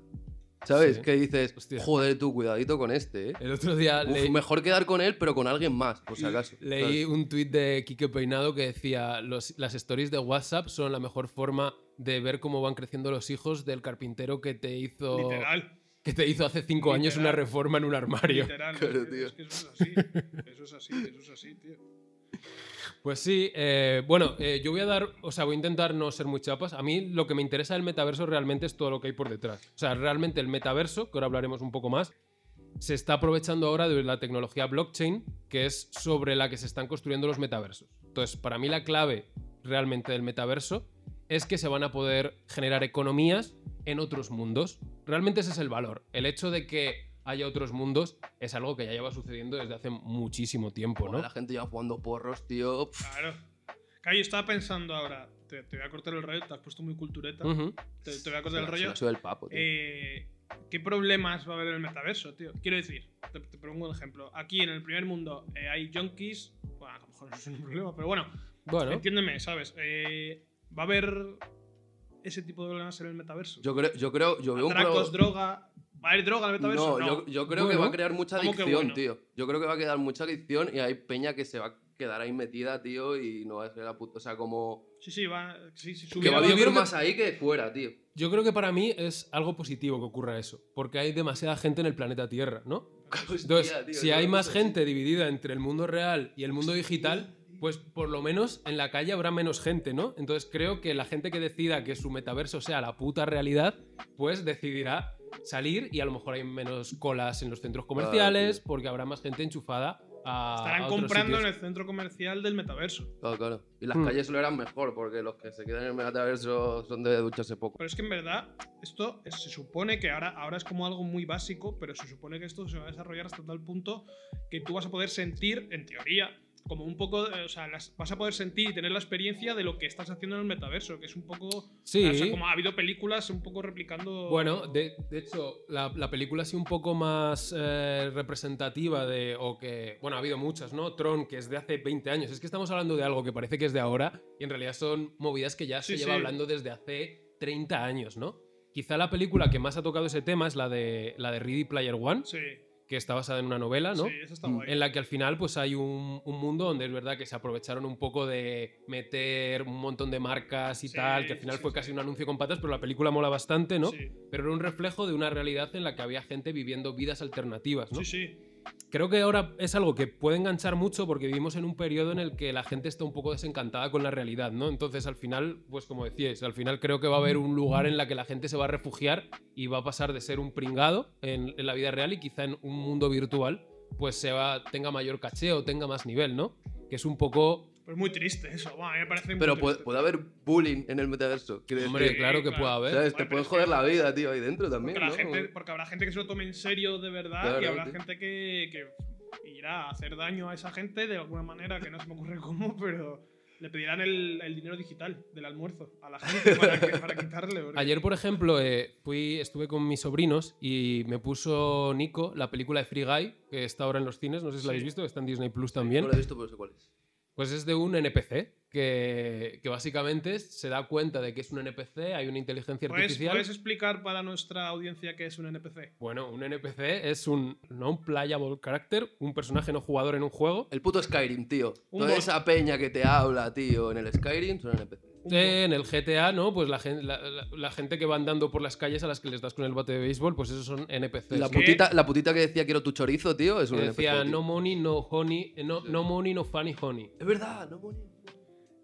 [SPEAKER 2] ¿Sabes?
[SPEAKER 3] Sí.
[SPEAKER 2] Que dices,
[SPEAKER 3] Hostia.
[SPEAKER 2] joder, tú, cuidadito con este, ¿eh?
[SPEAKER 3] El otro día
[SPEAKER 2] Uf,
[SPEAKER 3] leí-
[SPEAKER 2] mejor quedar con él, pero con alguien más, por si acaso.
[SPEAKER 3] Leí un tuit de Quique Peinado que decía: "Los- Las stories de WhatsApp son la mejor forma de ver cómo van creciendo los hijos del carpintero que te hizo,
[SPEAKER 1] Literal.
[SPEAKER 3] que te hizo hace cinco años
[SPEAKER 1] Literal.
[SPEAKER 3] una reforma en un armario.
[SPEAKER 1] Literal.
[SPEAKER 2] Claro,
[SPEAKER 1] es, que-
[SPEAKER 2] tío.
[SPEAKER 1] es que eso es así. Eso es así, eso es así, tío.
[SPEAKER 3] Pues sí, eh, bueno, eh, yo voy a dar, o sea, voy a intentar no ser muy chapas. A mí lo que me interesa del metaverso realmente es todo lo que hay por detrás. O sea, realmente el metaverso, que ahora hablaremos un poco más, se está aprovechando ahora de la tecnología blockchain, que es sobre la que se están construyendo los metaversos. Entonces, para mí la clave realmente del metaverso es que se van a poder generar economías en otros mundos. Realmente ese es el valor. El hecho de que haya otros mundos es algo que ya lleva sucediendo desde hace muchísimo tiempo,
[SPEAKER 2] Joder,
[SPEAKER 3] ¿no?
[SPEAKER 2] La gente ya jugando porros, tío. Pff,
[SPEAKER 1] Claro. Claro, yo estaba pensando ahora, te, te voy a cortar el rollo, te has puesto muy cultureta.
[SPEAKER 3] Ujú.
[SPEAKER 1] te, te voy a
[SPEAKER 2] se
[SPEAKER 1] cortar el
[SPEAKER 2] la- se
[SPEAKER 1] Pues rollo.
[SPEAKER 2] la sube el papo, tío.
[SPEAKER 1] Eh, ¿Qué problemas va a haber en el metaverso, tío? Quiero decir, te, te pongo un ejemplo. Aquí en el primer mundo eh, hay junkies. Bueno, a lo mejor no es un problema, pero bueno,
[SPEAKER 3] Bueno.
[SPEAKER 1] Entiéndeme, ¿sabes? Eh, ¿Va a haber ese tipo de problemas en el metaverso?
[SPEAKER 2] Yo creo, yo creo, yo veo un
[SPEAKER 1] Atracos,
[SPEAKER 2] pro-
[SPEAKER 1] droga. ¿Va a haber droga en el metaverso?
[SPEAKER 2] No,
[SPEAKER 1] No,
[SPEAKER 2] Yo, yo creo que
[SPEAKER 3] Bueno.
[SPEAKER 2] va a crear mucha
[SPEAKER 1] ¿Cómo que
[SPEAKER 2] adicción,
[SPEAKER 1] bueno?
[SPEAKER 2] tío. Yo creo que va a quedar mucha adicción y hay peña que se va a quedar ahí metida, tío, y no va a ser la puta. O sea, como.
[SPEAKER 1] Sí, sí, va. Sí, sí,
[SPEAKER 2] Que
[SPEAKER 1] subirá
[SPEAKER 2] va a
[SPEAKER 3] yo
[SPEAKER 1] la-
[SPEAKER 2] vivir
[SPEAKER 3] creo que-
[SPEAKER 2] más ahí que fuera, tío.
[SPEAKER 3] Yo creo que para mí es algo positivo que ocurra eso, porque hay demasiada gente en el planeta Tierra, ¿no? Entonces,
[SPEAKER 2] Hostia, tío,
[SPEAKER 3] si
[SPEAKER 2] yo
[SPEAKER 3] hay
[SPEAKER 2] lo
[SPEAKER 3] más
[SPEAKER 2] puse así.
[SPEAKER 3] gente dividida entre el mundo real y el mundo digital, pues por lo menos en la calle habrá menos gente, ¿no? Entonces creo que la gente que decida que su metaverso sea la puta realidad, pues decidirá salir y a lo mejor hay menos colas en los centros comerciales porque habrá más gente enchufada a.
[SPEAKER 1] Estarán
[SPEAKER 3] a otros
[SPEAKER 1] comprando en
[SPEAKER 3] sitios.
[SPEAKER 1] el centro comercial del metaverso.
[SPEAKER 2] Claro, claro. Y las
[SPEAKER 3] Hmm.
[SPEAKER 2] calles lo eran mejor, porque los que se quedan en el metaverso son de ducharse poco.
[SPEAKER 1] Pero es que en verdad, esto es- se supone que ahora, ahora es como algo muy básico, pero se supone que esto se va a desarrollar hasta tal punto que tú vas a poder sentir, en teoría, como un poco, eh, o sea, las- vas a poder sentir y tener la experiencia de lo que estás haciendo en el metaverso, que es un poco,
[SPEAKER 3] Sí.
[SPEAKER 1] o sea, como ha habido películas un poco replicando...
[SPEAKER 3] Bueno, de, de hecho, la, la película así un poco más eh, representativa de. O que. Bueno, ha habido muchas, ¿no? Tron, que es de hace 20 años. Es que estamos hablando de algo que parece que es de ahora y en realidad son movidas que ya
[SPEAKER 1] Sí,
[SPEAKER 3] se lleva
[SPEAKER 1] sí.
[SPEAKER 3] hablando desde hace 30 años, ¿no? Quizá la película que más ha tocado ese tema es la de, la de Ready Player One,
[SPEAKER 1] Sí,
[SPEAKER 3] que está basada en una novela, Ah, ¿no? Mm,
[SPEAKER 1] sí, eso está guay.
[SPEAKER 3] en la que al final pues hay un, un mundo donde es verdad que se aprovecharon un poco de meter un montón de marcas y
[SPEAKER 1] Sí,
[SPEAKER 3] tal, que al final
[SPEAKER 1] sí,
[SPEAKER 3] fue
[SPEAKER 1] sí.
[SPEAKER 3] casi un anuncio con patas, pero la película mola bastante, ¿no?
[SPEAKER 1] Sí,
[SPEAKER 3] pero era un reflejo de una realidad en la que había gente viviendo vidas alternativas. ¿no?
[SPEAKER 1] sí, sí.
[SPEAKER 3] Creo que ahora es algo que puede enganchar mucho porque vivimos en un periodo en el que la gente está un poco desencantada con la realidad, ¿no? Entonces, al final, pues como decíais, al final creo que va a haber un lugar en la que la gente se va a refugiar y va a pasar de ser un pringado en, en la vida real y quizá en un mundo virtual, pues se va, tenga mayor cacheo, tenga más nivel, ¿no? Que es un poco
[SPEAKER 1] Pero es Pues muy triste eso, buah, a mí me parece muy
[SPEAKER 2] Pero puede,
[SPEAKER 1] triste.
[SPEAKER 2] puede haber bullying en el metaverso. quiero
[SPEAKER 3] Hombre,
[SPEAKER 2] decir.
[SPEAKER 3] claro ¿eh? que
[SPEAKER 1] claro.
[SPEAKER 3] pueda haber.
[SPEAKER 1] Joder,
[SPEAKER 2] ¿Sabes? Te
[SPEAKER 1] pero
[SPEAKER 2] pueden
[SPEAKER 1] es
[SPEAKER 2] joder
[SPEAKER 1] que-
[SPEAKER 2] la vida, tío, ahí dentro también.
[SPEAKER 1] Porque, la
[SPEAKER 2] ¿no?
[SPEAKER 1] gente, porque habrá gente que se lo tome en serio de verdad y
[SPEAKER 2] Claro,
[SPEAKER 1] habrá
[SPEAKER 2] tío.
[SPEAKER 1] gente que, que irá a hacer daño a esa gente de alguna manera que no se me ocurre cómo, pero le pedirán el, el dinero digital del almuerzo a la gente para, que- para quitarle. porque-
[SPEAKER 3] Ayer, por ejemplo, eh, fui, estuve con mis sobrinos y me puso Nico la película de Free Guy, que está ahora en los cines, no sé si la habéis visto, está en Disney Plus también.
[SPEAKER 2] No lo he visto, pero sé cuál es.
[SPEAKER 3] Pues es de un NPC, que, que básicamente se da cuenta de que es un NPC, hay una inteligencia
[SPEAKER 2] Pues,
[SPEAKER 1] ¿Puedes,
[SPEAKER 3] artificial.
[SPEAKER 1] puedes explicar para nuestra audiencia qué es un NPC?
[SPEAKER 3] Bueno, un NPC es un non-playable character, un personaje no jugador en un juego.
[SPEAKER 2] El puto Skyrim, tío.
[SPEAKER 1] Un
[SPEAKER 2] Toda
[SPEAKER 1] bot.
[SPEAKER 2] esa peña que te habla, tío, en el Skyrim son NPC.
[SPEAKER 1] Un
[SPEAKER 3] Eh, en el GTA, ¿no? Pues la, gen- la- la- la gente que va andando por las calles a las que les das con el bate de béisbol, pues esos son NPCs.
[SPEAKER 2] La
[SPEAKER 3] ¿no?
[SPEAKER 1] ¿Qué?
[SPEAKER 2] putita, la putita que decía quiero tu chorizo, tío, es un
[SPEAKER 3] Que
[SPEAKER 2] NPC.
[SPEAKER 3] decía
[SPEAKER 2] tío.
[SPEAKER 3] no money, no honey, eh, no, no money, no funny honey.
[SPEAKER 2] Es verdad, no money.
[SPEAKER 1] bo-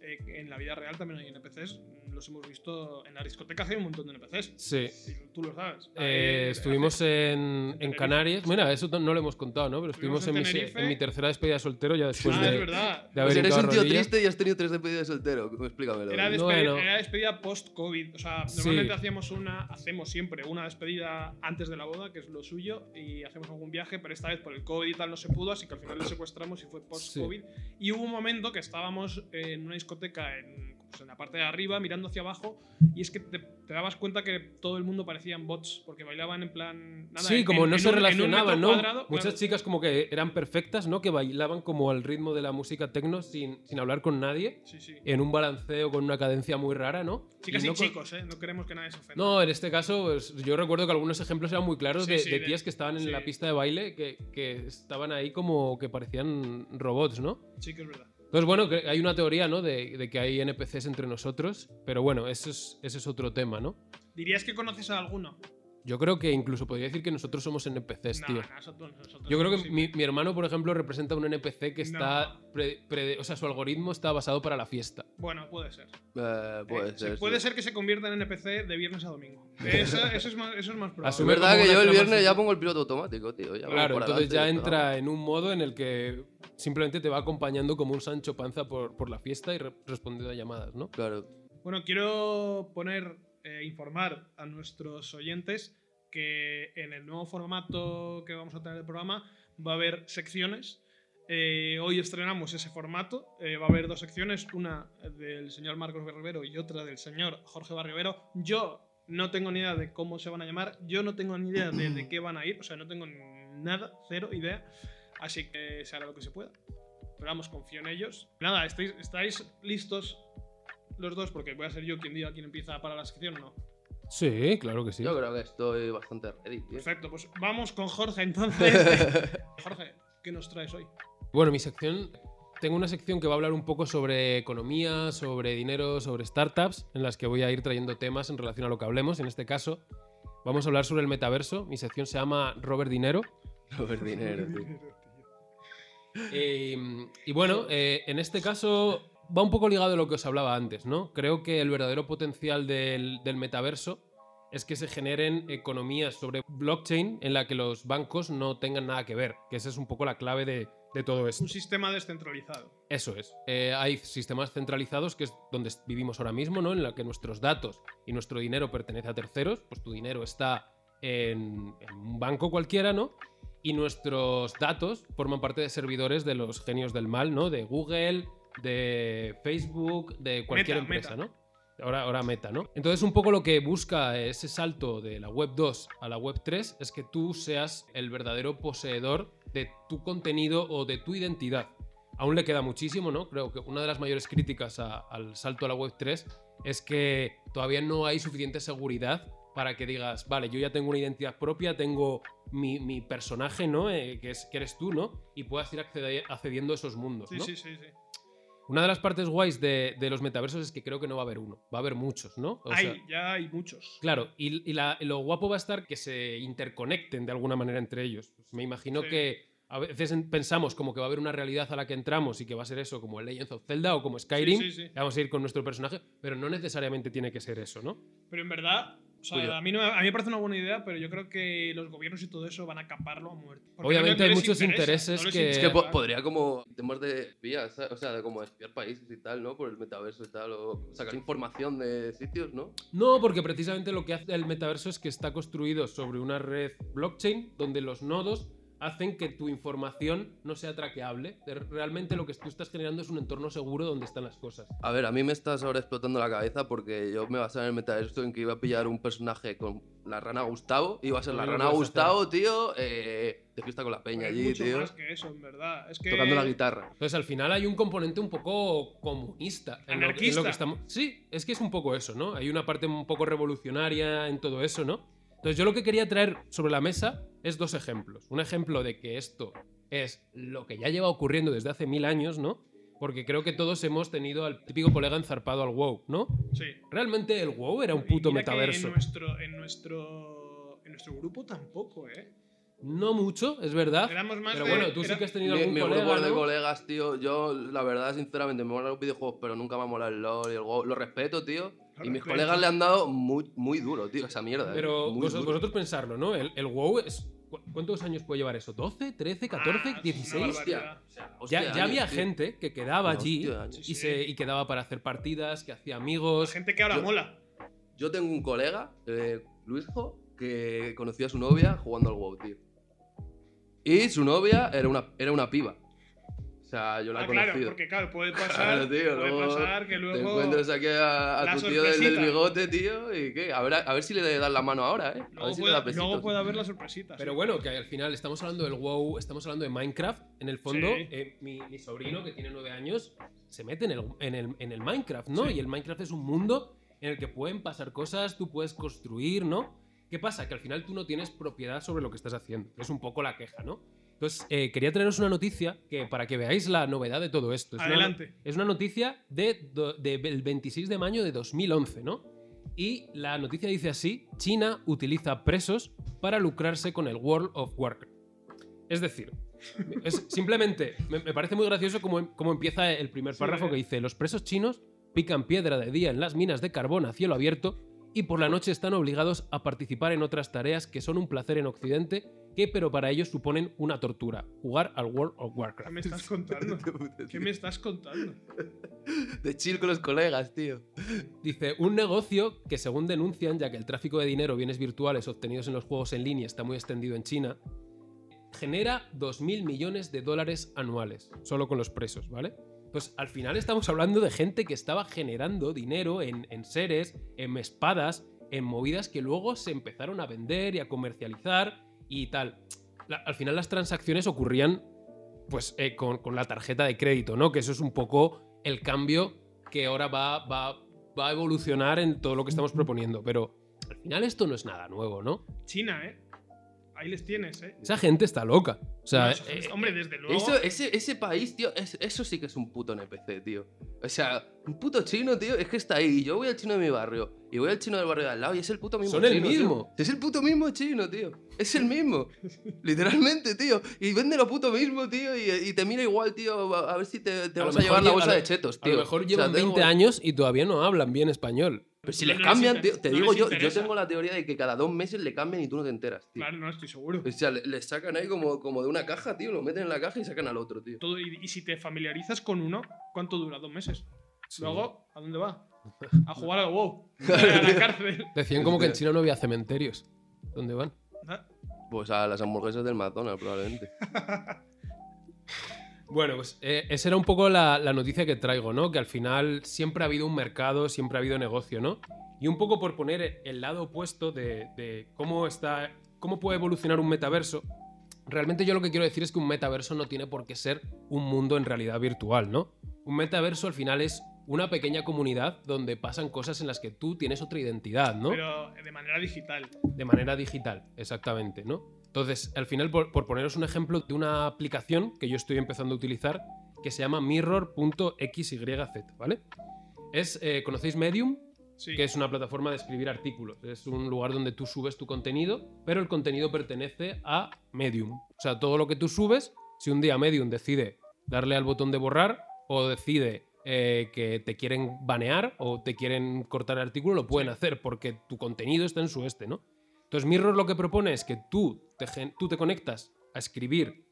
[SPEAKER 1] eh, en la vida real también hay NPCs. Los hemos visto en las discotecas, hay un montón de NPCs.
[SPEAKER 3] Sí.
[SPEAKER 1] Y Tú lo sabes.
[SPEAKER 3] Eh,
[SPEAKER 1] Ahí-
[SPEAKER 3] estuvimos en, en
[SPEAKER 1] Tenerife.
[SPEAKER 3] Canarias. Mira, eso no no lo hemos contado, ¿no? Pero
[SPEAKER 1] Estuvimos
[SPEAKER 3] estuvimos en,
[SPEAKER 1] en
[SPEAKER 3] mi, se-
[SPEAKER 1] Tenerife.
[SPEAKER 3] en mi tercera despedida de soltero ya después
[SPEAKER 1] Ah,
[SPEAKER 3] pues, de,
[SPEAKER 1] es verdad.
[SPEAKER 3] de
[SPEAKER 2] O
[SPEAKER 3] haber
[SPEAKER 2] sea, eres
[SPEAKER 3] hinchado
[SPEAKER 2] un tío
[SPEAKER 3] rodillas.
[SPEAKER 2] triste y has tenido tres despedidas de soltero. Explícamelo.
[SPEAKER 1] Era
[SPEAKER 3] de-
[SPEAKER 2] tío.
[SPEAKER 1] despedida,
[SPEAKER 3] Bueno.
[SPEAKER 1] era despedida post-COVID. O sea,
[SPEAKER 3] Sí.
[SPEAKER 1] normalmente hacíamos una, hacemos siempre una despedida antes de la boda, que es lo suyo, y hacemos algún viaje, pero esta vez por el COVID y tal no se pudo, así que al final lo secuestramos y fue post-COVID. Y hubo un momento que estábamos en una discoteca en, pues, en la parte de arriba, mirando hacia abajo, y es que te, te dabas cuenta que todo el mundo parecían bots, porque bailaban en plan. Nada,
[SPEAKER 3] Sí,
[SPEAKER 1] en-
[SPEAKER 3] como
[SPEAKER 1] en-
[SPEAKER 3] no
[SPEAKER 1] en
[SPEAKER 3] se
[SPEAKER 1] un- en un
[SPEAKER 3] relacionaban,
[SPEAKER 1] metro
[SPEAKER 3] ¿no?
[SPEAKER 1] cuadrado,
[SPEAKER 3] Muchas
[SPEAKER 1] claro.
[SPEAKER 3] chicas como que eran perfectas, ¿no? Que bailaban como al ritmo de la música techno sin, sin hablar con nadie,
[SPEAKER 1] Sí, sí.
[SPEAKER 3] en un balanceo con una cadencia muy rara, ¿no?
[SPEAKER 1] Chicas y,
[SPEAKER 3] no con-
[SPEAKER 1] chicos, ¿eh? No queremos que nadie se ofenda.
[SPEAKER 3] No, en este caso, pues, yo recuerdo que algunos ejemplos eran muy claros
[SPEAKER 1] Sí,
[SPEAKER 3] de,
[SPEAKER 1] sí,
[SPEAKER 3] de
[SPEAKER 1] de-
[SPEAKER 3] tías que estaban en
[SPEAKER 1] sí.
[SPEAKER 3] la pista de baile que, que estaban ahí como que parecían robots, ¿no?
[SPEAKER 1] Sí, que es verdad.
[SPEAKER 3] Entonces, bueno, que hay una teoría, ¿no? De, de que hay NPCs entre nosotros, pero bueno, eso es, ese es otro tema, ¿no?
[SPEAKER 1] ¿Dirías que conoces a alguno?
[SPEAKER 3] Yo creo que incluso podría decir que nosotros somos NPCs,
[SPEAKER 1] No,
[SPEAKER 3] tío.
[SPEAKER 1] no, eso tú- eso tú
[SPEAKER 3] Yo
[SPEAKER 1] es
[SPEAKER 3] creo que
[SPEAKER 1] imposible.
[SPEAKER 3] mi, mi hermano, por ejemplo, representa un NPC que está. pre- pre- o sea, su algoritmo está basado para la fiesta.
[SPEAKER 1] Bueno, puede ser.
[SPEAKER 2] Eh, puede
[SPEAKER 1] Eh, se-
[SPEAKER 2] ser.
[SPEAKER 1] puede
[SPEAKER 2] sí.
[SPEAKER 1] ser que se convierta en NPC de viernes a domingo. Eso, eso es, más, eso es más probable.
[SPEAKER 2] Es
[SPEAKER 3] Asume-
[SPEAKER 2] verdad
[SPEAKER 3] como
[SPEAKER 2] que
[SPEAKER 3] una
[SPEAKER 2] yo el
[SPEAKER 3] trama
[SPEAKER 2] viernes
[SPEAKER 3] así.
[SPEAKER 2] ya pongo el piloto automático, tío. ya vamos
[SPEAKER 3] claro,
[SPEAKER 2] para
[SPEAKER 3] entonces
[SPEAKER 2] adelante, está,
[SPEAKER 3] ya
[SPEAKER 2] vamos.
[SPEAKER 3] entra en un modo en el que simplemente te va acompañando como un Sancho Panza por, por la fiesta y re- respondiendo a llamadas, ¿no?
[SPEAKER 2] Claro.
[SPEAKER 1] Bueno, quiero poner, eh, informar a nuestros oyentes que en el nuevo formato que vamos a tener del programa va a haber secciones. Eh, hoy estrenamos ese formato. Eh, va a haber dos secciones, una del señor Marcos Barrivero y otra del señor Jorge Barrivero. Yo no tengo ni idea de cómo se van a llamar, yo no tengo ni idea de, de qué van a ir, o sea, no tengo nada, cero idea. Así que se hará lo que se pueda. Pero vamos, confío en ellos. Nada, ¿estáis, estáis listos los dos? Porque voy a ser yo quien diga quién empieza para la sección o no.
[SPEAKER 3] Sí, claro que sí.
[SPEAKER 2] Yo creo que estoy bastante ready, tío.
[SPEAKER 1] Perfecto, pues vamos con Jorge entonces. Jorge, ¿qué nos traes hoy?
[SPEAKER 3] Bueno, mi sección. Tengo una sección que va a hablar un poco sobre economía, sobre dinero, sobre startups, en las que voy a ir trayendo temas en relación a lo que hablemos. En este caso, vamos a hablar sobre el metaverso. Mi sección se llama Robert Dinero.
[SPEAKER 2] Por dinero, tío.
[SPEAKER 3] Eh, y bueno, eh, en este caso va un poco ligado a lo que os hablaba antes, ¿no? Creo que el verdadero potencial del, del metaverso es que se generen economías sobre blockchain en la que los bancos no tengan nada que ver, que esa es un poco la clave de, de todo esto.
[SPEAKER 1] Un sistema descentralizado.
[SPEAKER 3] Eso es. Eh, hay sistemas centralizados, que es donde vivimos ahora mismo, ¿no? En la que nuestros datos y nuestro dinero pertenece a terceros, pues tu dinero está en, en un banco cualquiera, ¿no? Y nuestros datos forman parte de servidores de los genios del mal, ¿no? De Google, de Facebook, de cualquier
[SPEAKER 1] Meta,
[SPEAKER 3] empresa,
[SPEAKER 1] Meta.
[SPEAKER 3] ¿no? Ahora, ahora Meta, ¿no? Entonces, un poco lo que busca ese salto de la web 2 a la web 3 es que tú seas el verdadero poseedor de tu contenido o de tu identidad aún le queda muchísimo, ¿no? Creo que una de las mayores críticas a- al salto a la web 3 es que todavía no hay suficiente seguridad para que digas, vale, yo ya tengo una identidad propia, tengo mi, mi personaje, ¿no? Eh, que, es, que eres tú, ¿no? Y puedas ir accede- accediendo a esos mundos.
[SPEAKER 1] Sí,
[SPEAKER 3] ¿no?
[SPEAKER 1] sí, sí, sí.
[SPEAKER 3] Una de las partes guays de, de los metaversos es que creo que no va a haber uno, va a haber muchos, ¿no? O sea-
[SPEAKER 1] Hay, ya hay muchos.
[SPEAKER 3] Claro, y, y la- lo guapo va a estar que se interconecten de alguna manera entre ellos. Pues Me imagino
[SPEAKER 1] Sí.
[SPEAKER 3] que a veces en- pensamos como que va a haber una realidad a la que entramos y que va a ser eso, como el Legends of Zelda o como Skyrim.
[SPEAKER 1] Sí, sí, sí.
[SPEAKER 3] Vamos a ir con nuestro personaje, pero no necesariamente tiene que ser eso, ¿no?
[SPEAKER 1] Pero en verdad, o sea,
[SPEAKER 3] Pues
[SPEAKER 2] Cuidado.
[SPEAKER 1] a, mí no, a mí me parece una buena idea, pero yo creo que los gobiernos y todo eso van a caparlo a muerte. Porque
[SPEAKER 3] Obviamente hay
[SPEAKER 1] les
[SPEAKER 3] muchos
[SPEAKER 1] interesa,
[SPEAKER 3] intereses
[SPEAKER 1] no les
[SPEAKER 3] que-
[SPEAKER 2] Es que po-
[SPEAKER 1] interesa.
[SPEAKER 2] podría como temas de espías, ¿sabes? o sea, de como espiar países y tal, ¿no? Por el metaverso y tal, o sacar información de sitios, ¿no?
[SPEAKER 3] No, porque precisamente lo que hace el metaverso es que está construido sobre una red blockchain donde los nodos hacen que tu información no sea traqueable. De- Realmente lo que tú estás generando es un entorno seguro donde están las cosas.
[SPEAKER 2] A ver, a mí me estás ahora explotando la cabeza porque yo me basaba en el metaverso en que iba a pillar un personaje con la rana Gustavo. Iba a ser
[SPEAKER 3] Lo
[SPEAKER 2] la
[SPEAKER 3] mismo
[SPEAKER 2] rana
[SPEAKER 3] puedes
[SPEAKER 2] Gustavo, tío, eh, de fiesta con la peña
[SPEAKER 1] Hay
[SPEAKER 2] allí,
[SPEAKER 1] mucho
[SPEAKER 2] tío,
[SPEAKER 1] más que eso, en verdad. Es que
[SPEAKER 2] tocando la guitarra.
[SPEAKER 3] Entonces al final hay un componente un poco comunista. en lo- en lo que
[SPEAKER 1] Anarquista.
[SPEAKER 3] estamos- Sí, es que es un poco eso, ¿no? Hay una parte un poco revolucionaria en todo eso, ¿no? Entonces yo lo que quería traer sobre la mesa es dos ejemplos. Un ejemplo de que esto es lo que ya lleva ocurriendo desde hace mil años, ¿no? Porque creo que todos hemos tenido al típico colega enzarpado al WoW, ¿no?
[SPEAKER 1] Sí.
[SPEAKER 3] Realmente el WoW era un
[SPEAKER 1] Y
[SPEAKER 3] puto
[SPEAKER 1] mira que
[SPEAKER 3] metaverso.
[SPEAKER 1] En nuestro, en, nuestro, en nuestro grupo tampoco, ¿eh?
[SPEAKER 3] No mucho, es verdad.
[SPEAKER 1] Éramos más
[SPEAKER 3] Ah, Pero
[SPEAKER 1] de-
[SPEAKER 3] bueno, tú
[SPEAKER 1] era-
[SPEAKER 3] sí que has tenido
[SPEAKER 2] Mi,
[SPEAKER 3] algún
[SPEAKER 2] mi
[SPEAKER 3] colega,
[SPEAKER 2] grupo de
[SPEAKER 3] ¿no?
[SPEAKER 2] colegas, tío, yo la verdad, sinceramente, me molan los videojuegos, pero nunca me ha molado el LOL y el WoW. Lo respeto, tío.
[SPEAKER 1] Lo
[SPEAKER 2] y mis
[SPEAKER 1] respeto.
[SPEAKER 2] colegas le han dado muy, muy duro, tío, esa mierda. eh,
[SPEAKER 3] Pero
[SPEAKER 2] muy
[SPEAKER 3] vos-
[SPEAKER 2] duro.
[SPEAKER 3] vosotros pensarlo, ¿no? El, el WoW es. ¿cu- ¿Cuántos años puede llevar eso? ¿12, 13, 14,
[SPEAKER 1] Ah, es una
[SPEAKER 3] 16?
[SPEAKER 2] hostia.
[SPEAKER 1] barbaridad. eh,
[SPEAKER 2] Hostia,
[SPEAKER 3] Ya, ya
[SPEAKER 2] años,
[SPEAKER 3] había
[SPEAKER 2] tío.
[SPEAKER 3] gente que quedaba allí
[SPEAKER 2] Hostia, años.
[SPEAKER 3] y,
[SPEAKER 1] Sí, sí.
[SPEAKER 3] Se, y quedaba para hacer partidas, que hacía
[SPEAKER 1] La
[SPEAKER 3] amigos.
[SPEAKER 1] gente que ahora
[SPEAKER 2] Yo-
[SPEAKER 1] mola.
[SPEAKER 2] Yo tengo un colega, eh, Luisjo, que conoció a su novia jugando al WoW, tío. Y su novia era una, era una piba. O sea, yo la
[SPEAKER 1] Ah,
[SPEAKER 2] he
[SPEAKER 1] claro,
[SPEAKER 2] conocido.
[SPEAKER 1] porque claro, puede pasar,
[SPEAKER 2] Claro, tío,
[SPEAKER 1] puede
[SPEAKER 2] luego
[SPEAKER 1] pasar que
[SPEAKER 2] Te
[SPEAKER 1] luego
[SPEAKER 2] encuentras aquí a, a
[SPEAKER 1] la
[SPEAKER 2] tu tío del, del
[SPEAKER 1] sorpresita.
[SPEAKER 2] bigote, tío, y qué. A ver, a, a ver si le das la mano ahora, ¿eh? A ver
[SPEAKER 1] Luego
[SPEAKER 2] si le da
[SPEAKER 1] puede,
[SPEAKER 2] besitos.
[SPEAKER 1] luego puede haber la sorpresita.
[SPEAKER 3] Pero
[SPEAKER 1] sí.
[SPEAKER 3] bueno, que al final estamos hablando del WoW, estamos hablando de Minecraft. En el fondo,
[SPEAKER 1] Sí.
[SPEAKER 3] eh, mi, mi sobrino, que tiene nueve años, se mete en el, en el- en el Minecraft, ¿no?
[SPEAKER 1] Sí.
[SPEAKER 3] Y el Minecraft es un mundo en el que pueden pasar cosas, tú puedes construir, ¿no? ¿Qué pasa? Que al final tú no tienes propiedad sobre lo que estás haciendo. Es un poco la queja, ¿no? Entonces, eh, quería traeros una noticia que para que veáis la novedad de todo
[SPEAKER 2] pues
[SPEAKER 3] esto. Es una-
[SPEAKER 1] Adelante.
[SPEAKER 3] Es una noticia de do- de- del 26 de mayo de 2011, ¿no? Y la noticia dice así, China utiliza presos para lucrarse con el World of Warcraft. Es decir, es simplemente, me, me parece muy gracioso como, como empieza el primer
[SPEAKER 1] Sí,
[SPEAKER 3] párrafo
[SPEAKER 1] ¿eh?
[SPEAKER 3] que dice, los presos chinos pican piedra de día en las minas de carbón a cielo abierto y por la noche están obligados a participar en otras tareas que son un placer en Occidente, que pero para ellos suponen una tortura, jugar al World of
[SPEAKER 1] ¿Qué
[SPEAKER 3] Warcraft.
[SPEAKER 1] me estás contando? ¿Qué
[SPEAKER 2] Tío,
[SPEAKER 1] me estás contando?
[SPEAKER 2] De chill con los colegas, tío.
[SPEAKER 3] Dice, un negocio que según denuncian, ya que el tráfico de dinero, bienes virtuales obtenidos en los juegos en línea está muy extendido en China, genera 2.000 millones de dólares anuales, solo con los presos, ¿vale? Pues al final estamos hablando de gente que estaba generando dinero en, en seres, en espadas, en movidas que luego se empezaron a vender y a comercializar y tal. La- al final las transacciones ocurrían pues eh, con, con la tarjeta de crédito, ¿no? Que eso es un poco el cambio que ahora va, va, va a evolucionar en todo lo que estamos proponiendo. Pero al final esto no es nada nuevo, ¿no?
[SPEAKER 1] China, ¿eh? Ahí les tienes, ¿eh?
[SPEAKER 3] Esa gente está loca. O sea,
[SPEAKER 1] Los-
[SPEAKER 3] eh,
[SPEAKER 1] hombre, desde luego.
[SPEAKER 2] Eso, ese, ese país, tío, es- eso sí que es un puto NPC, tío. O sea, un puto chino, tío, es que está ahí. Yo voy al chino de mi barrio y voy al chino del barrio de al lado y es el puto mismo
[SPEAKER 3] Son
[SPEAKER 2] chino.
[SPEAKER 3] el
[SPEAKER 2] tío.
[SPEAKER 3] mismo.
[SPEAKER 2] Es el puto mismo chino, tío. Es el mismo. Literalmente, tío. Y vende lo puto mismo, tío. Y, y te mira igual, tío. A a ver si te, te
[SPEAKER 3] A lo
[SPEAKER 2] vas a
[SPEAKER 3] mejor
[SPEAKER 2] llevar la
[SPEAKER 3] lle-
[SPEAKER 2] bolsa
[SPEAKER 3] a lo-
[SPEAKER 2] de chetos,
[SPEAKER 3] A
[SPEAKER 2] tío.
[SPEAKER 3] lo mejor
[SPEAKER 2] O sea,
[SPEAKER 3] llevan
[SPEAKER 2] da
[SPEAKER 3] 20
[SPEAKER 2] igual.
[SPEAKER 3] años y todavía no hablan bien español.
[SPEAKER 2] Pero si
[SPEAKER 1] No,
[SPEAKER 2] les
[SPEAKER 1] no les
[SPEAKER 2] cambian,
[SPEAKER 1] inter-
[SPEAKER 2] tío. Te
[SPEAKER 1] no
[SPEAKER 2] digo
[SPEAKER 1] les
[SPEAKER 2] yo, yo
[SPEAKER 1] interesa.
[SPEAKER 2] tengo la teoría de que cada dos meses le cambian y tú no te enteras, tío.
[SPEAKER 1] Claro, no estoy seguro.
[SPEAKER 2] O sea, le, le sacan ahí como, como de una caja, tío. Lo meten en la caja y sacan al otro, tío.
[SPEAKER 1] Todo, y, y si te familiarizas con uno, ¿cuánto dura? Dos meses. Luego, ¿a dónde va? A jugar al WoW. A la cárcel.
[SPEAKER 3] Decían como que en China no había cementerios. ¿Dónde van?
[SPEAKER 2] Pues a las hamburguesas del McDonald's, probablemente.
[SPEAKER 3] Bueno, pues eh, esa era un poco la, la noticia que traigo, ¿no? Que al final siempre ha habido un mercado, siempre ha habido negocio, ¿no? Y un poco por poner el lado opuesto de, de cómo está, cómo puede evolucionar un metaverso. Realmente yo lo que quiero decir es que un metaverso no tiene por qué ser un mundo en realidad virtual, ¿no? Un metaverso al final es una pequeña comunidad donde pasan cosas en las que tú tienes otra identidad, ¿no?
[SPEAKER 1] Pero de manera digital.
[SPEAKER 3] de manera digital, exactamente, ¿no? Entonces, al final, por, por poneros un ejemplo de una aplicación que yo estoy empezando a utilizar, que se llama mirror.xyz, ¿vale? Es, eh, ¿Conocéis Medium?
[SPEAKER 1] Sí.
[SPEAKER 3] que es una plataforma de escribir artículos. Es un lugar donde tú subes tu contenido, pero el contenido pertenece a Medium. O sea, todo lo que tú subes, si un día Medium decide darle al botón de borrar o decide eh, que te quieren banear o te quieren cortar el artículo, lo pueden hacer porque tu contenido está en su este, ¿no? Entonces Mirror lo que propone es que tú te, gen- tú te conectas a escribir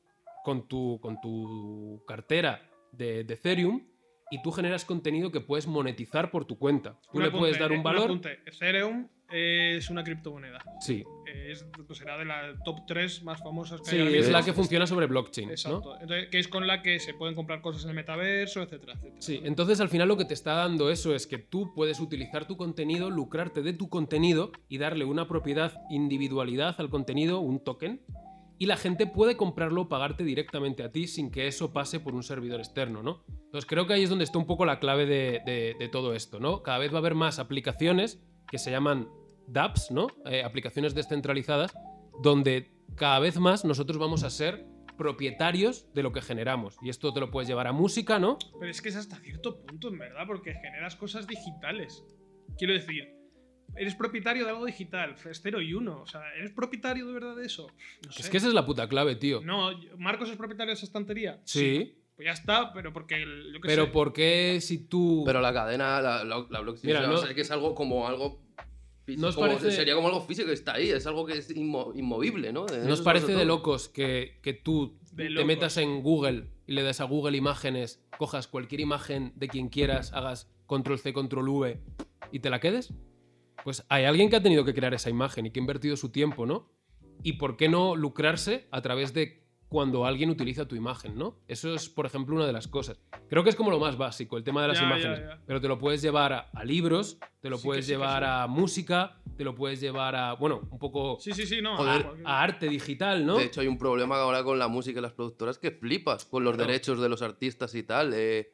[SPEAKER 3] con tu, con tu cartera de, de Ethereum y tú generas contenido que puedes monetizar por tu cuenta. Tú
[SPEAKER 1] Un
[SPEAKER 3] le puedes
[SPEAKER 1] apunte,
[SPEAKER 3] dar
[SPEAKER 1] eh,
[SPEAKER 3] un valor.
[SPEAKER 1] apunte. Ethereum es una criptomoneda.
[SPEAKER 3] Sí,
[SPEAKER 1] Eh, Es, será de las top 3 más famosas que
[SPEAKER 3] sí
[SPEAKER 1] hay ahora
[SPEAKER 3] es
[SPEAKER 1] mismo.
[SPEAKER 3] la que funciona sobre blockchain. ¿no?
[SPEAKER 1] Exacto. Entonces, que es con la que se pueden comprar cosas en el metaverso, etcétera, etcétera.
[SPEAKER 3] Sí, entonces al final lo que te está dando eso es que tú puedes utilizar tu contenido, lucrarte de tu contenido y darle una propiedad, individualidad al contenido, un token, y la gente puede comprarlo o pagarte directamente a ti sin que eso pase por un servidor externo, ¿no? Entonces creo que ahí es donde está un poco la clave de, de- de todo esto, ¿no? Cada vez va a haber más aplicaciones que se llaman dApps, ¿no? Eh, aplicaciones descentralizadas, donde cada vez más nosotros vamos a ser propietarios de lo que generamos. Y esto te lo puedes llevar a música, ¿no?
[SPEAKER 1] Pero es que es hasta cierto punto, en verdad, porque generas cosas digitales. Quiero decir, eres propietario de algo digital, es 0 y 1. O sea, ¿eres propietario de verdad de eso? No sé.
[SPEAKER 3] Es que esa es la puta clave, tío.
[SPEAKER 1] No, yo- ¿Marcos es propietario de esa estantería?
[SPEAKER 3] sí,
[SPEAKER 1] Pues ya está, pero porque. el- yo qué
[SPEAKER 3] pero
[SPEAKER 1] sé.
[SPEAKER 3] ¿por qué si tú...
[SPEAKER 2] Pero la cadena, la, la, la blockchain,
[SPEAKER 3] Mira,
[SPEAKER 2] o sea,
[SPEAKER 3] no-
[SPEAKER 2] o sea, que es algo como algo. físico,
[SPEAKER 3] ¿No os
[SPEAKER 2] como-
[SPEAKER 3] parece-
[SPEAKER 2] Sería como algo físico que está ahí, es algo que es inmo- inmovible, ¿no? De- eso
[SPEAKER 3] ¿Nos
[SPEAKER 2] es
[SPEAKER 3] parece
[SPEAKER 2] sobre
[SPEAKER 3] de
[SPEAKER 2] todo.
[SPEAKER 3] locos que, que tú
[SPEAKER 1] De
[SPEAKER 3] te
[SPEAKER 1] locos.
[SPEAKER 3] metas en Google y le das a Google Imágenes, cojas cualquier imagen de quien quieras, hagas control C, control V y te la quedes? Pues hay alguien que ha tenido que crear esa imagen y que ha invertido su tiempo, ¿no? ¿Y por qué no lucrarse a través de cuando alguien utiliza tu imagen, ¿no? Eso es, por ejemplo, una de las cosas. Creo que es como lo más básico, el tema de las
[SPEAKER 1] Ya, ya,
[SPEAKER 3] imágenes.
[SPEAKER 1] ya.
[SPEAKER 3] Pero te lo puedes llevar a, a libros, te lo
[SPEAKER 1] Sí que
[SPEAKER 3] puedes
[SPEAKER 1] sí que
[SPEAKER 3] llevar
[SPEAKER 1] sí.
[SPEAKER 3] a música, te lo puedes llevar a, bueno, un poco
[SPEAKER 1] Sí, sí, sí, no.
[SPEAKER 2] Joder,
[SPEAKER 1] ah,
[SPEAKER 3] a arte digital, ¿no?
[SPEAKER 2] De hecho, hay un problema ahora con la música y las productoras que flipas con los
[SPEAKER 3] Claro.
[SPEAKER 2] derechos de los artistas y tal. eh,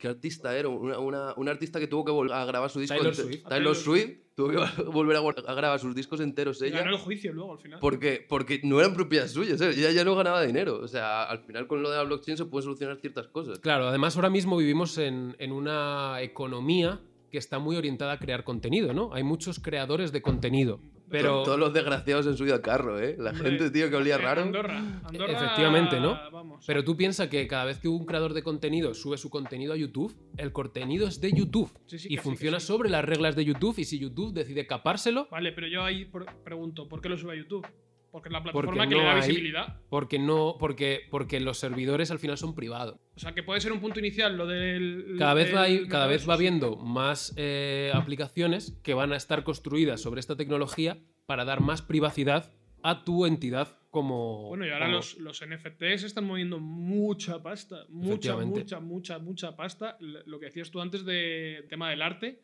[SPEAKER 2] ¿Qué artista era? Una, una- un artista que tuvo que vol- a grabar su disco.
[SPEAKER 3] Taylor
[SPEAKER 2] ente-
[SPEAKER 3] Swift.
[SPEAKER 2] Taylor
[SPEAKER 1] Taylor
[SPEAKER 2] Swift tuvo que volver a, guar- a grabar sus discos enteros ella.
[SPEAKER 1] ganó el juicio luego al final.
[SPEAKER 2] Porque, porque no eran propiedad suyas, ¿eh? ella ya no ganaba dinero. O sea, al final con lo de la blockchain se pueden solucionar ciertas cosas.
[SPEAKER 3] Claro, además ahora mismo vivimos en, en una economía que está muy orientada a crear contenido, ¿no? Hay muchos creadores de contenido, pero
[SPEAKER 2] To- Todos los desgraciados han subido al carro, ¿eh? La
[SPEAKER 1] Hombre,
[SPEAKER 2] gente, tío, que olía
[SPEAKER 1] Eh,
[SPEAKER 2] raro.
[SPEAKER 1] Andorra. Andorra,
[SPEAKER 3] Efectivamente, ¿no?
[SPEAKER 1] Vamos.
[SPEAKER 3] pero tú piensas que cada vez que un creador de contenido sube su contenido a YouTube, el contenido es de YouTube
[SPEAKER 1] Sí, sí, que
[SPEAKER 3] y
[SPEAKER 1] sí, que
[SPEAKER 3] funciona
[SPEAKER 1] sí.
[SPEAKER 3] sobre las reglas de YouTube y si YouTube decide capárselo
[SPEAKER 1] Vale, pero yo ahí por- pregunto, ¿por qué lo sube a YouTube? Porque es la
[SPEAKER 3] Porque
[SPEAKER 1] plataforma que le
[SPEAKER 3] no
[SPEAKER 1] da
[SPEAKER 3] hay-
[SPEAKER 1] visibilidad.
[SPEAKER 3] porque no porque porque los servidores al final son privados.
[SPEAKER 1] O sea, que puede ser un punto inicial lo del.
[SPEAKER 3] Cada vez,
[SPEAKER 1] del
[SPEAKER 3] va a ir- cada vez
[SPEAKER 1] metaverso.
[SPEAKER 3] va habiendo más eh, aplicaciones que van a estar construidas sobre esta tecnología para dar más privacidad a tu entidad como...
[SPEAKER 1] Bueno, y ahora
[SPEAKER 3] como-
[SPEAKER 1] los, los NFTs están moviendo mucha pasta. Mucha,
[SPEAKER 3] Efectivamente.
[SPEAKER 1] mucha, mucha, mucha pasta. L- Lo que decías tú antes del tema del arte.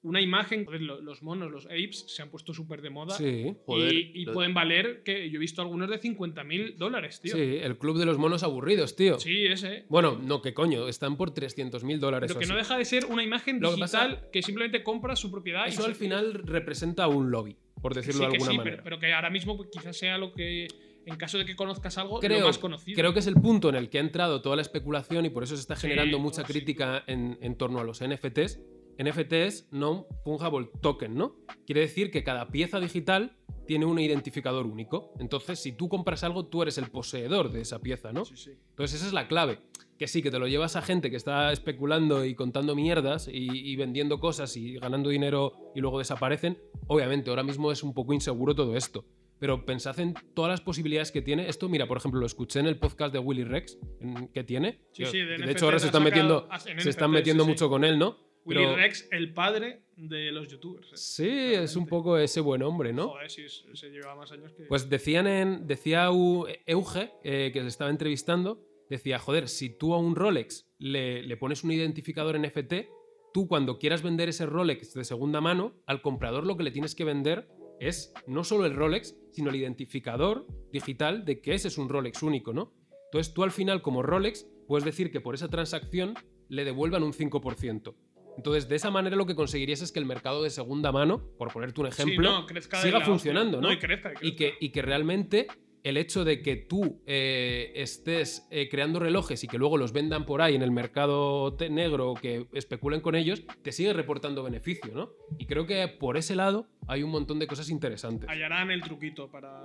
[SPEAKER 1] Una imagen, joder, lo- los monos, los apes, se han puesto súper de moda. pues,
[SPEAKER 3] Sí.
[SPEAKER 1] Y,
[SPEAKER 2] Joder,
[SPEAKER 1] y
[SPEAKER 2] lo-
[SPEAKER 1] pueden valer, que yo he visto algunos de 50 mil dólares, tío.
[SPEAKER 3] Sí, el club de los monos aburridos, tío.
[SPEAKER 1] Sí, ese.
[SPEAKER 3] Bueno, no, que coño, están por 300 mil dólares.
[SPEAKER 1] Lo
[SPEAKER 3] o
[SPEAKER 1] que no
[SPEAKER 3] así.
[SPEAKER 1] deja de ser una imagen
[SPEAKER 3] Lo que
[SPEAKER 1] digital que simplemente compra su propiedad. y
[SPEAKER 3] Eso
[SPEAKER 1] se-
[SPEAKER 3] al final representa un lobby, por
[SPEAKER 1] que sí,
[SPEAKER 3] decirlo de
[SPEAKER 1] que
[SPEAKER 3] alguna
[SPEAKER 1] sí, pero-
[SPEAKER 3] manera.
[SPEAKER 1] Pero, que ahora mismo pues, quizás sea lo que, en caso de que conozcas algo,
[SPEAKER 3] Creo-
[SPEAKER 1] lo más conocido.
[SPEAKER 3] Creo que es el punto en el que ha entrado toda la especulación y por eso se está
[SPEAKER 1] Sí,
[SPEAKER 3] generando mucha
[SPEAKER 1] no, sí.
[SPEAKER 3] crítica en, en torno a los NFTs, NFT es non-fungible token, ¿no? Quiere decir que cada pieza digital tiene un identificador único. Entonces, si tú compras algo, tú eres el poseedor de esa pieza, ¿no?
[SPEAKER 1] Sí, sí.
[SPEAKER 3] Entonces esa es la clave. Que sí, que te lo llevas a gente que está especulando y contando mierdas y, y vendiendo cosas y ganando dinero y luego desaparecen. Obviamente, ahora mismo es un poco inseguro todo esto. Pero pensad en todas las posibilidades que tiene. Esto, mira, por ejemplo, lo escuché en el podcast de Willy Rex en- que tiene.
[SPEAKER 1] Sí,
[SPEAKER 3] Yo-
[SPEAKER 1] sí, de
[SPEAKER 3] de
[SPEAKER 1] NFT
[SPEAKER 3] hecho, ahora se
[SPEAKER 1] ha
[SPEAKER 3] están
[SPEAKER 1] sacado-
[SPEAKER 3] metiendo,
[SPEAKER 1] ah, en
[SPEAKER 3] se están
[SPEAKER 1] NFT,
[SPEAKER 3] metiendo
[SPEAKER 1] sí,
[SPEAKER 3] mucho
[SPEAKER 1] sí.
[SPEAKER 3] con él, ¿no?
[SPEAKER 1] Willy
[SPEAKER 3] Pero-
[SPEAKER 1] Rex, el padre de los youtubers. ¿eh?
[SPEAKER 3] Sí, es un
[SPEAKER 1] Totalmente.
[SPEAKER 3] poco ese buen hombre, ¿no?
[SPEAKER 1] Joder, sí, se se lleva más años que.
[SPEAKER 3] Pues decían en, decía U- Euge, eh, que le estaba entrevistando, decía, joder, si tú a un Rolex le, le pones un identificador NFT, tú cuando quieras vender ese Rolex de segunda mano, al comprador lo que le tienes que vender es no solo el Rolex, sino el identificador digital de que ese es un Rolex único, ¿no? Entonces tú al final como Rolex puedes decir que por esa transacción le devuelvan un 5%. Entonces, de esa manera lo que conseguirías es que el mercado de segunda mano, por ponerte un
[SPEAKER 1] Sí,
[SPEAKER 3] ejemplo,
[SPEAKER 1] no, crezca de
[SPEAKER 3] siga
[SPEAKER 1] la
[SPEAKER 3] funcionando,
[SPEAKER 1] hostia.
[SPEAKER 3] ¿no?
[SPEAKER 1] y crezca, y
[SPEAKER 3] y
[SPEAKER 1] crezca.
[SPEAKER 3] que, y que realmente el hecho de que tú eh, estés eh, creando relojes y que luego los vendan por ahí en el mercado te- negro o que especulen con ellos, te sigue reportando beneficio, ¿no? Y creo que por ese lado hay un montón de cosas interesantes.
[SPEAKER 1] hallarán el truquito para,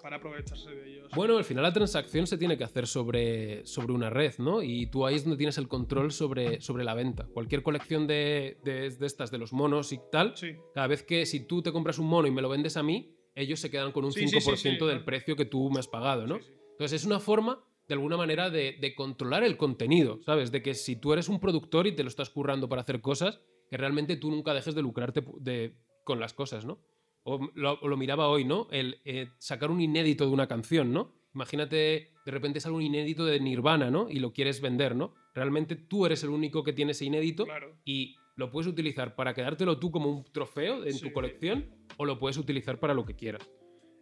[SPEAKER 1] para aprovecharse de ellos.
[SPEAKER 3] Bueno, al final la transacción se tiene que hacer sobre, sobre una red, ¿no? Y tú ahí es donde tienes el control sobre, sobre la venta. Cualquier colección de, de- de estas, de los monos y tal,
[SPEAKER 1] sí.
[SPEAKER 3] cada vez que si tú te compras un mono y me lo vendes a mí, ellos se quedan con un
[SPEAKER 1] Sí, sí, sí,
[SPEAKER 3] 5%
[SPEAKER 1] sí,
[SPEAKER 3] del
[SPEAKER 1] claro.
[SPEAKER 3] precio que tú me has pagado, ¿no?
[SPEAKER 1] sí, sí.
[SPEAKER 3] Entonces es una forma, de alguna manera, de, de controlar el contenido, ¿sabes? De que si tú eres un productor y te lo estás currando para hacer cosas, que realmente tú nunca dejes de lucrarte pu- de- con las cosas, ¿no? O m- lo, o lo miraba hoy, ¿no? El eh, sacar un inédito de una canción, ¿no? Imagínate, de repente sale un inédito de Nirvana, ¿no? Y lo quieres vender, ¿no? Realmente tú eres el único que tiene ese inédito
[SPEAKER 1] Claro.
[SPEAKER 3] y lo puedes utilizar para quedártelo tú como un trofeo en
[SPEAKER 1] Sí.
[SPEAKER 3] tu colección o lo puedes utilizar para lo que quieras.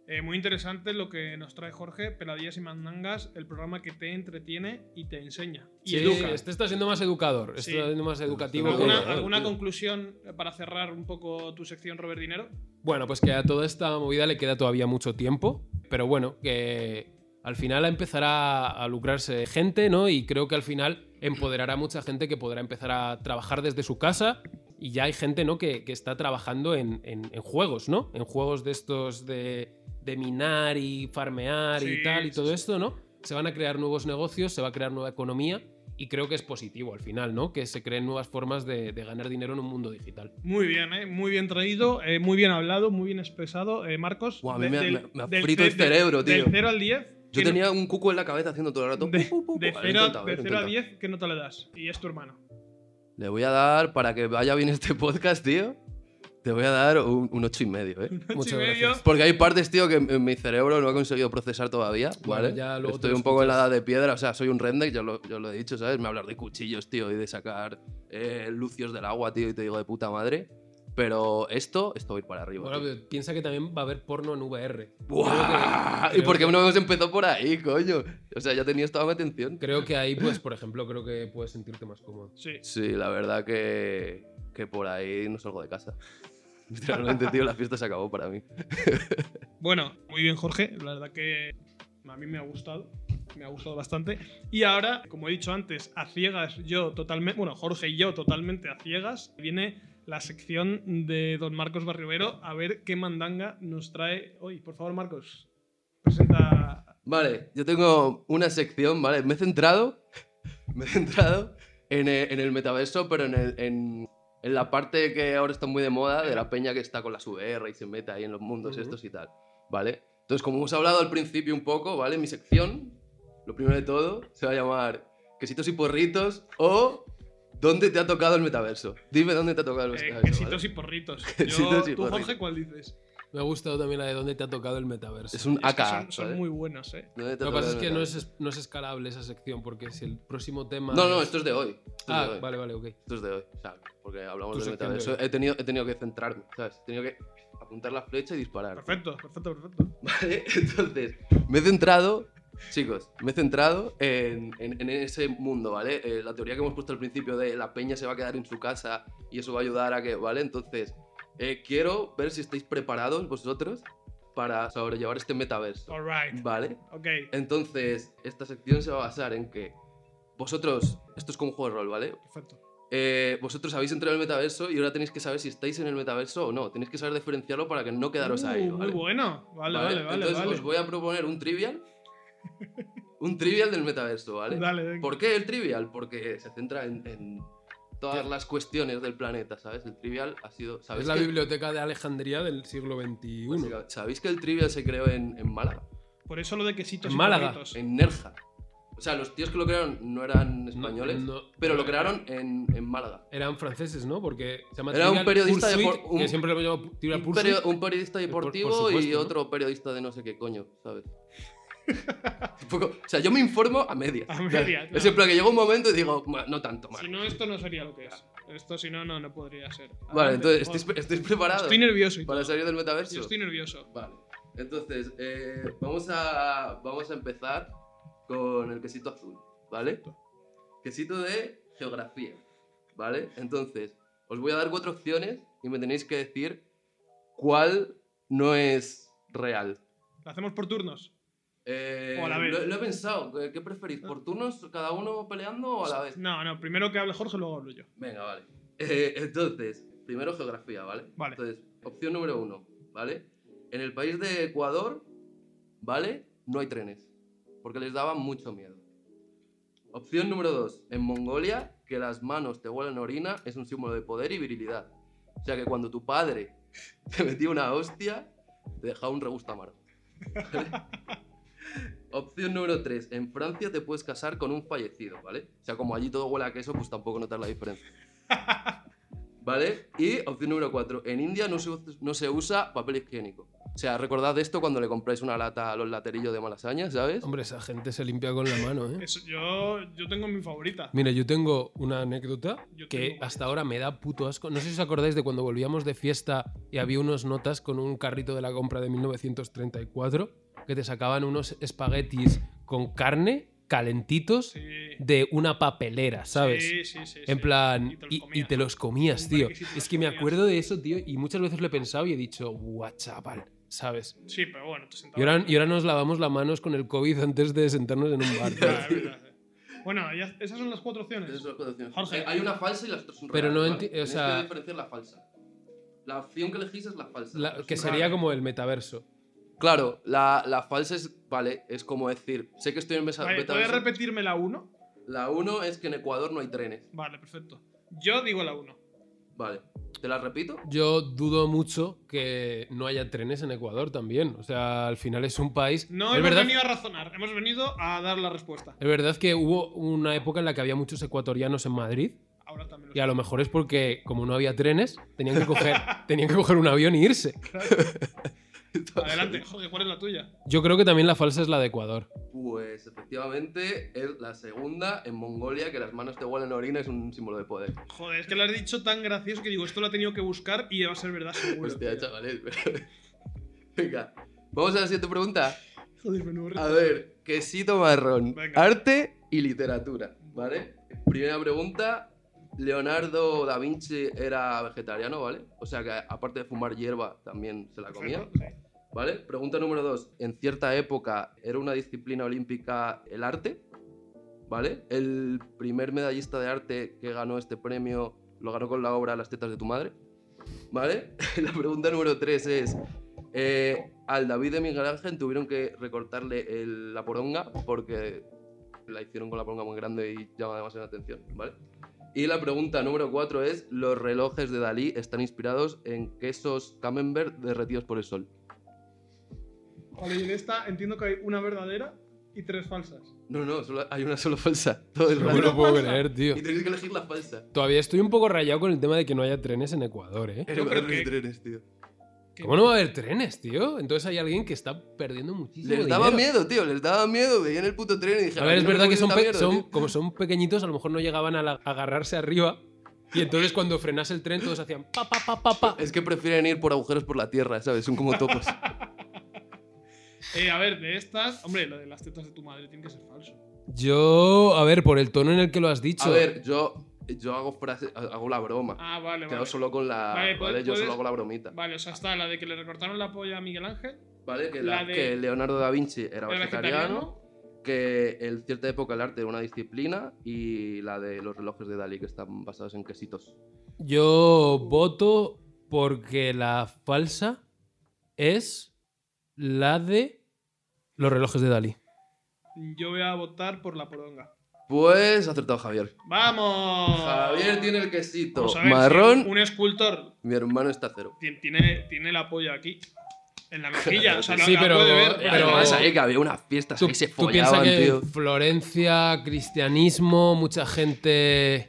[SPEAKER 1] Eh, muy interesante lo que nos trae Jorge, Peladillas y Mandangas, el programa que te entretiene y te enseña. Y
[SPEAKER 3] Sí,
[SPEAKER 1] educa.
[SPEAKER 3] Este está siendo más educador, este
[SPEAKER 1] Sí.
[SPEAKER 3] está siendo más educativo. que-
[SPEAKER 1] ¿Alguna,
[SPEAKER 2] Educador,
[SPEAKER 1] alguna
[SPEAKER 2] tío.
[SPEAKER 1] conclusión para cerrar un poco tu sección, Robert Dinero?
[SPEAKER 3] Bueno, pues que a toda esta movida le queda todavía mucho tiempo, pero bueno, que al final empezará a lucrarse gente, ¿no? Y creo que al final empoderará a mucha gente que podrá empezar a trabajar desde su casa. Y ya hay gente, ¿no? Que, que está trabajando en, en- en juegos, ¿no? En juegos de estos de, de minar y farmear
[SPEAKER 1] Sí,
[SPEAKER 3] y tal y
[SPEAKER 1] sí,
[SPEAKER 3] todo
[SPEAKER 1] sí.
[SPEAKER 3] esto, ¿no? Se van a crear nuevos negocios, se va a crear nueva economía y creo que es positivo al final, ¿no? Que se creen nuevas formas de- de ganar dinero en un mundo digital.
[SPEAKER 1] Muy bien, ¿eh? muy bien traído, eh, muy bien hablado, muy bien expresado. Eh, Marcos,
[SPEAKER 2] Buah, a mí
[SPEAKER 1] de-
[SPEAKER 2] me ha-
[SPEAKER 1] del-
[SPEAKER 2] me ha- me ha
[SPEAKER 1] del-
[SPEAKER 2] frito el
[SPEAKER 1] del-
[SPEAKER 2] cerebro,
[SPEAKER 1] del
[SPEAKER 2] tío.
[SPEAKER 1] 0 al 10.
[SPEAKER 2] Yo
[SPEAKER 1] ¿qué no-
[SPEAKER 2] tenía un cuco en la cabeza haciendo todo el rato.
[SPEAKER 1] De,
[SPEAKER 2] pu, pu, pu.
[SPEAKER 1] de
[SPEAKER 2] Vale, lo he
[SPEAKER 1] 0, a-
[SPEAKER 2] intentado,
[SPEAKER 1] de
[SPEAKER 2] lo he
[SPEAKER 1] 0 a
[SPEAKER 2] intentado.
[SPEAKER 1] 10, ¿qué nota le das? Y es tu hermano.
[SPEAKER 2] Le voy a dar, para que vaya bien este podcast, tío, te voy a dar un, un ocho y medio, ¿eh?
[SPEAKER 1] Ocho y
[SPEAKER 3] Muchas
[SPEAKER 1] medio.
[SPEAKER 3] gracias.
[SPEAKER 2] Porque hay partes, tío, que en mi cerebro no ha conseguido procesar todavía,
[SPEAKER 3] Bueno,
[SPEAKER 2] ¿vale?
[SPEAKER 3] ya luego te
[SPEAKER 2] Estoy
[SPEAKER 3] lo
[SPEAKER 2] un poco en la
[SPEAKER 3] escuchas.
[SPEAKER 2] edad de piedra, o sea, soy un render, yo lo, yo lo he dicho, ¿sabes? Me hablar de cuchillos, tío, y de sacar eh, lucios del agua, tío, y te digo de puta madre. Pero esto, esto va a ir para arriba.
[SPEAKER 3] Bueno,
[SPEAKER 2] tío.
[SPEAKER 3] pero piensa que también va a haber porno en VR.
[SPEAKER 2] ¡Buah!
[SPEAKER 3] creo
[SPEAKER 2] ¿Y
[SPEAKER 3] que-
[SPEAKER 2] por qué no hemos empezado por ahí, coño? O sea, ya tenías toda mi atención.
[SPEAKER 3] Creo que ahí, pues, por ejemplo, creo que puedes sentirte más cómodo.
[SPEAKER 1] Sí.
[SPEAKER 2] Sí, la verdad que, que por ahí no salgo de casa. Literalmente, tío, la fiesta se acabó para mí.
[SPEAKER 1] Bueno, muy bien, Jorge. La verdad que a mí me ha gustado. Me ha gustado bastante. Y ahora, como he dicho antes, a ciegas yo totalmente. Bueno, Jorge y yo totalmente a ciegas. Viene la sección de don Marcos Barribero a ver qué mandanga nos trae hoy. Por favor, Marcos, presenta.
[SPEAKER 2] Vale, yo tengo una sección, ¿vale? Me he centrado, me he centrado en el, en el metaverso, pero en, el- en- en la parte que ahora está muy de moda, de la peña que está con las VR y se mete ahí en los mundos
[SPEAKER 3] Ujú.
[SPEAKER 2] estos y tal, ¿vale? Entonces, como hemos hablado al principio un poco, ¿vale? Mi sección, lo primero de todo, se va a llamar Quesitos y Porritos o ¿Dónde te ha tocado el metaverso? Dime dónde te Pues, ha tocado el
[SPEAKER 1] eh,
[SPEAKER 2] metaverso.
[SPEAKER 1] quesitos
[SPEAKER 2] ¿vale?
[SPEAKER 1] y porritos.
[SPEAKER 2] Quesitos
[SPEAKER 1] Yo-
[SPEAKER 2] y
[SPEAKER 1] ¿Tú, Jorge,
[SPEAKER 2] porritos.
[SPEAKER 1] cuál dices?
[SPEAKER 3] Me ha gustado también la de dónde te ha tocado el metaverso.
[SPEAKER 2] Es un
[SPEAKER 1] Es que
[SPEAKER 2] AK.
[SPEAKER 1] son, son
[SPEAKER 2] ¿vale?
[SPEAKER 1] muy buenos, ¿eh?
[SPEAKER 2] ¿Dónde te ha
[SPEAKER 3] Lo que
[SPEAKER 2] tocado
[SPEAKER 3] pasa es
[SPEAKER 2] el
[SPEAKER 3] que no
[SPEAKER 2] metaverso?
[SPEAKER 3] es, no es escalable esa sección, porque si el próximo tema.
[SPEAKER 2] No, no, esto es de hoy. esto es de
[SPEAKER 3] Ah,
[SPEAKER 2] hoy.
[SPEAKER 3] vale, vale, ok.
[SPEAKER 2] Esto es de hoy, o sea, porque hablamos
[SPEAKER 3] Tu
[SPEAKER 2] del
[SPEAKER 3] sección de
[SPEAKER 2] metaverso.
[SPEAKER 3] hoy.
[SPEAKER 2] He tenido, he tenido que centrarme, ¿sabes? He tenido que apuntar la flecha y disparar.
[SPEAKER 1] Perfecto, perfecto, perfecto.
[SPEAKER 2] ¿Vale? Entonces, me he centrado, chicos, me he centrado en, en- en ese mundo, ¿vale? Eh, la teoría que hemos puesto al principio de la peña se va a quedar en su casa y eso va a ayudar a que, ¿vale? Entonces, eh, quiero ver si estáis preparados vosotros para sobrellevar este metaverso,
[SPEAKER 1] All right.
[SPEAKER 2] ¿vale?
[SPEAKER 1] Ok.
[SPEAKER 2] Entonces, esta sección se va a basar en que vosotros, esto es como un juego de rol, ¿vale?
[SPEAKER 1] Perfecto.
[SPEAKER 2] eh, vosotros habéis entrado en el metaverso y ahora tenéis que saber si estáis en el metaverso o no. Tenéis que saber diferenciarlo para que no quedaros ahí.
[SPEAKER 1] Uh,
[SPEAKER 2] ¿vale?
[SPEAKER 1] Muy bueno. Vale, vale, vale.
[SPEAKER 2] Entonces
[SPEAKER 1] vale.
[SPEAKER 2] os voy a proponer un trivial. Un trivial del metaverso, ¿vale?
[SPEAKER 1] Dale, venga.
[SPEAKER 2] ¿Por qué el trivial? Porque se centra en, en todas las cuestiones del planeta, ¿sabes? El trivial ha sido. ¿Sabéis,
[SPEAKER 3] Es la
[SPEAKER 2] que,
[SPEAKER 3] biblioteca de Alejandría del siglo XXI.
[SPEAKER 2] básicamente, ¿sabéis que el trivial se creó en, en Málaga?
[SPEAKER 1] Por eso lo de quesitos
[SPEAKER 3] En
[SPEAKER 1] y
[SPEAKER 3] Málaga.
[SPEAKER 1] perritos.
[SPEAKER 2] En Nerja. O sea, los tíos que lo crearon no eran españoles,
[SPEAKER 3] No, no.
[SPEAKER 2] pero lo crearon en, en Málaga.
[SPEAKER 3] Eran franceses, ¿no? Porque se llama
[SPEAKER 2] Era un
[SPEAKER 3] Trivial
[SPEAKER 2] periodista de
[SPEAKER 3] Pursuit,
[SPEAKER 2] por- un-
[SPEAKER 3] que siempre lo hemos llamado Trivial
[SPEAKER 2] Un,
[SPEAKER 3] Pursuit.
[SPEAKER 2] perio- un periodista
[SPEAKER 3] Eh, por- por
[SPEAKER 2] deportivo y
[SPEAKER 3] supuesto, ¿no?
[SPEAKER 2] otro periodista de no sé qué coño, ¿sabes? Un poco- o sea, yo me informo a media.
[SPEAKER 1] A media,
[SPEAKER 2] Es
[SPEAKER 1] claro.
[SPEAKER 2] en plan que llega un momento y digo, "Ma, no tanto, más.
[SPEAKER 1] Si no, esto no sería lo que es. Esto, si no, no, no podría ser.
[SPEAKER 2] Vale,
[SPEAKER 1] Adelante,
[SPEAKER 2] entonces,
[SPEAKER 1] por
[SPEAKER 2] ¿estáis,
[SPEAKER 1] favor.
[SPEAKER 2] estáis preparados
[SPEAKER 1] Estoy nervioso. y
[SPEAKER 2] para
[SPEAKER 1] todo.
[SPEAKER 2] salir del metaverso?
[SPEAKER 1] Yo estoy nervioso.
[SPEAKER 2] Vale. Entonces, eh, vamos, a, vamos a empezar con el quesito azul, ¿vale? Quesito de geografía, ¿vale? Entonces, os voy a dar cuatro opciones y me tenéis que decir cuál no es real.
[SPEAKER 1] Lo hacemos por turnos.
[SPEAKER 2] Eh,
[SPEAKER 1] O a la vez.
[SPEAKER 2] Lo, lo he pensado, ¿qué qué preferís? ¿Por turnos cada uno peleando o a la vez?
[SPEAKER 1] No, no, primero que hable Jorge, luego hablo yo.
[SPEAKER 2] Venga, vale. Eh, entonces, primero geografía, ¿vale?
[SPEAKER 1] Vale.
[SPEAKER 2] Entonces, opción número uno, ¿vale? En el país de Ecuador, ¿vale? No hay trenes, porque les daban mucho miedo. Opción número dos, en Mongolia, que las manos te huelen a orina es un símbolo de poder y virilidad. O sea que cuando tu padre te metía una hostia, te dejaba un regusto amargo. ¿Vale? Opción número 3. En Francia te puedes casar con un fallecido, ¿vale? O sea, como allí todo huele a queso, pues tampoco notas la diferencia. ¿Vale? Y opción número 4. En India no se, us- no se usa papel higiénico. O sea, recordad esto cuando le compráis una lata a los laterillos de Malasaña, ¿sabes?
[SPEAKER 3] Hombre, esa gente se limpia con la mano, ¿eh?
[SPEAKER 1] Eso- yo, yo tengo mi favorita.
[SPEAKER 3] Mira, yo tengo una anécdota
[SPEAKER 1] Yo
[SPEAKER 3] que
[SPEAKER 1] tengo-
[SPEAKER 3] hasta ahora me da puto asco. No sé si os acordáis de cuando volvíamos de fiesta y había unos notas con un carrito de la compra de 1934 que te sacaban unos espaguetis con carne calentitos
[SPEAKER 1] Sí.
[SPEAKER 3] de una papelera, ¿sabes?
[SPEAKER 1] Sí, sí, sí.
[SPEAKER 3] En
[SPEAKER 1] sí.
[SPEAKER 3] plan,
[SPEAKER 1] Y te los
[SPEAKER 3] y, y
[SPEAKER 1] comías.
[SPEAKER 3] te los comías,
[SPEAKER 1] Hombre,
[SPEAKER 3] tío.
[SPEAKER 1] que sí te los
[SPEAKER 3] Es que me
[SPEAKER 1] comías.
[SPEAKER 3] acuerdo de eso, tío, y muchas veces lo he pensado y he dicho, guau, chaval, ¿sabes?
[SPEAKER 1] Sí, pero bueno, te
[SPEAKER 3] Y
[SPEAKER 1] sentabas.
[SPEAKER 3] ahora, y ahora nos lavamos las manos con el COVID antes de sentarnos en un bar. tío.
[SPEAKER 1] Ah, es verdad, eh. Bueno, ya- esas son las cuatro opciones.
[SPEAKER 2] Esas son las cuatro opciones.
[SPEAKER 1] Jorge.
[SPEAKER 2] Eh, Hay una falsa y las otras son
[SPEAKER 3] Pero
[SPEAKER 2] reales,
[SPEAKER 3] no
[SPEAKER 2] ¿vale?
[SPEAKER 3] enti- o
[SPEAKER 2] Tenéis
[SPEAKER 3] sea-
[SPEAKER 2] que diferenciar la falsa. La opción que elegís es la falsa. Pues
[SPEAKER 3] La-
[SPEAKER 2] las otras
[SPEAKER 3] que
[SPEAKER 2] son
[SPEAKER 3] sería
[SPEAKER 2] reales.
[SPEAKER 3] como el metaverso.
[SPEAKER 2] Claro, la, la falsa es... Vale, es como decir... Sé que estoy en mesa...
[SPEAKER 1] Vale,
[SPEAKER 2] beta-
[SPEAKER 1] ¿Puedes repetirme la 1?
[SPEAKER 2] La 1 es que en Ecuador no hay trenes.
[SPEAKER 1] Vale, perfecto. Yo digo la 1.
[SPEAKER 2] Vale. ¿Te la repito?
[SPEAKER 3] Yo dudo mucho que no haya trenes en Ecuador también. O sea, al final es un país.
[SPEAKER 1] No
[SPEAKER 3] es
[SPEAKER 1] hemos
[SPEAKER 3] verdad,
[SPEAKER 1] venido a razonar, hemos venido a dar la respuesta.
[SPEAKER 3] es verdad que hubo una época en la que había muchos ecuatorianos en Madrid.
[SPEAKER 1] Ahora también lo
[SPEAKER 3] Y a lo mejor es porque, como no había trenes, tenían que coger, tenían que coger un avión y irse.
[SPEAKER 1] sé. Adelante, Jorge, ¿cuál es la tuya?
[SPEAKER 3] Yo creo que también la falsa es la de Ecuador.
[SPEAKER 2] Pues efectivamente es la segunda en Mongolia, que las manos te huelen a orina es un símbolo de poder.
[SPEAKER 1] Joder, es que lo has dicho tan gracioso que digo, esto lo ha tenido que buscar y va a ser verdad seguro.
[SPEAKER 2] Hostia,
[SPEAKER 1] tío.
[SPEAKER 2] chavales. Venga. Vamos a la siguiente pregunta.
[SPEAKER 1] Joder, menudo reto.
[SPEAKER 2] A ver, quesito marrón.
[SPEAKER 1] Venga.
[SPEAKER 2] Arte y literatura, ¿vale? Primera pregunta. Leonardo da Vinci era vegetariano, ¿vale? O sea que aparte de fumar hierba, también se la comía.
[SPEAKER 1] Perfecto, sí.
[SPEAKER 2] ¿Vale? Pregunta número dos. En cierta época era una disciplina olímpica el arte. ¿Vale? El primer medallista de arte que ganó este premio lo ganó con la obra Las tetas de tu madre. ¿Vale? la pregunta número tres es... eh, al David de Miguel Ángel tuvieron que recortarle el- la poronga porque la hicieron con la poronga muy grande y llama demasiado la atención, ¿vale? Y la pregunta número cuatro es, ¿los relojes de Dalí están inspirados en quesos camembert derretidos por el sol?
[SPEAKER 1] Vale, y en esta entiendo que hay una verdadera y tres falsas.
[SPEAKER 2] No, no, solo hay una sola falsa. Todo el
[SPEAKER 3] No
[SPEAKER 1] Pero
[SPEAKER 2] rato.
[SPEAKER 3] me
[SPEAKER 1] no
[SPEAKER 3] lo puedo
[SPEAKER 1] pasa.
[SPEAKER 3] creer, tío.
[SPEAKER 2] Y tenéis que elegir la falsa.
[SPEAKER 3] Todavía estoy un poco rayado con el tema de que no haya trenes en Ecuador, ¿eh?
[SPEAKER 1] Yo creo que-
[SPEAKER 2] trenes, tío.
[SPEAKER 1] Que-
[SPEAKER 3] ¿Cómo no va a haber trenes, tío? Entonces hay alguien que está perdiendo muchísimo
[SPEAKER 2] Les daba
[SPEAKER 3] dinero.
[SPEAKER 2] miedo, tío, les daba miedo. Veían el puto tren y dije,
[SPEAKER 3] A ver, es verdad que son, pe- son-
[SPEAKER 2] son
[SPEAKER 3] como son pequeñitos, a lo mejor no llegaban a, la- a agarrarse arriba. Y entonces cuando frenase el tren todos hacían pa pa pa pa pa.
[SPEAKER 2] Es que prefieren ir por agujeros por la tierra, ¿sabes? Son como topos.
[SPEAKER 1] Eh, a ver, de estas, hombre, lo de las tetas de tu madre tiene que ser falso.
[SPEAKER 3] Yo, a ver, por el tono en el que lo has dicho.
[SPEAKER 2] A ver, yo, yo hago frase, hago la broma.
[SPEAKER 1] Ah, vale,
[SPEAKER 2] Quedo
[SPEAKER 1] vale.
[SPEAKER 2] solo con la.
[SPEAKER 1] Vale,
[SPEAKER 2] Vale,
[SPEAKER 1] puedes-
[SPEAKER 2] yo solo
[SPEAKER 1] puedes-
[SPEAKER 2] hago la bromita.
[SPEAKER 1] Vale, o sea, está la de que le recortaron la polla a Miguel Ángel,
[SPEAKER 2] Vale, que,
[SPEAKER 1] La
[SPEAKER 2] la-
[SPEAKER 1] de-
[SPEAKER 2] que Leonardo da Vinci era
[SPEAKER 1] era
[SPEAKER 2] vegetariano.
[SPEAKER 1] vegetariano,
[SPEAKER 2] que en cierta época el arte era una disciplina y la de los relojes de Dalí que están basados en quesitos.
[SPEAKER 3] Yo voto porque la falsa es la de los relojes de Dalí.
[SPEAKER 1] Yo voy a votar por la poronga.
[SPEAKER 2] Pues ha acertado Javier.
[SPEAKER 1] ¡Vamos!
[SPEAKER 2] Javier tiene el quesito
[SPEAKER 1] Vamos a ver,
[SPEAKER 2] marrón.
[SPEAKER 1] si Un escultor
[SPEAKER 2] Mi hermano está a cero.
[SPEAKER 1] ti- tiene, tiene la polla aquí. En la mejilla. O sea, la,
[SPEAKER 3] Sí,
[SPEAKER 1] la
[SPEAKER 3] pero-
[SPEAKER 1] puede ver.
[SPEAKER 3] pero-
[SPEAKER 2] Además, ahí que había unas fiestas
[SPEAKER 3] Tú,
[SPEAKER 2] ahí se
[SPEAKER 3] tú piensas
[SPEAKER 2] follaban,
[SPEAKER 3] que
[SPEAKER 2] tío.
[SPEAKER 3] Florencia, cristianismo, mucha gente.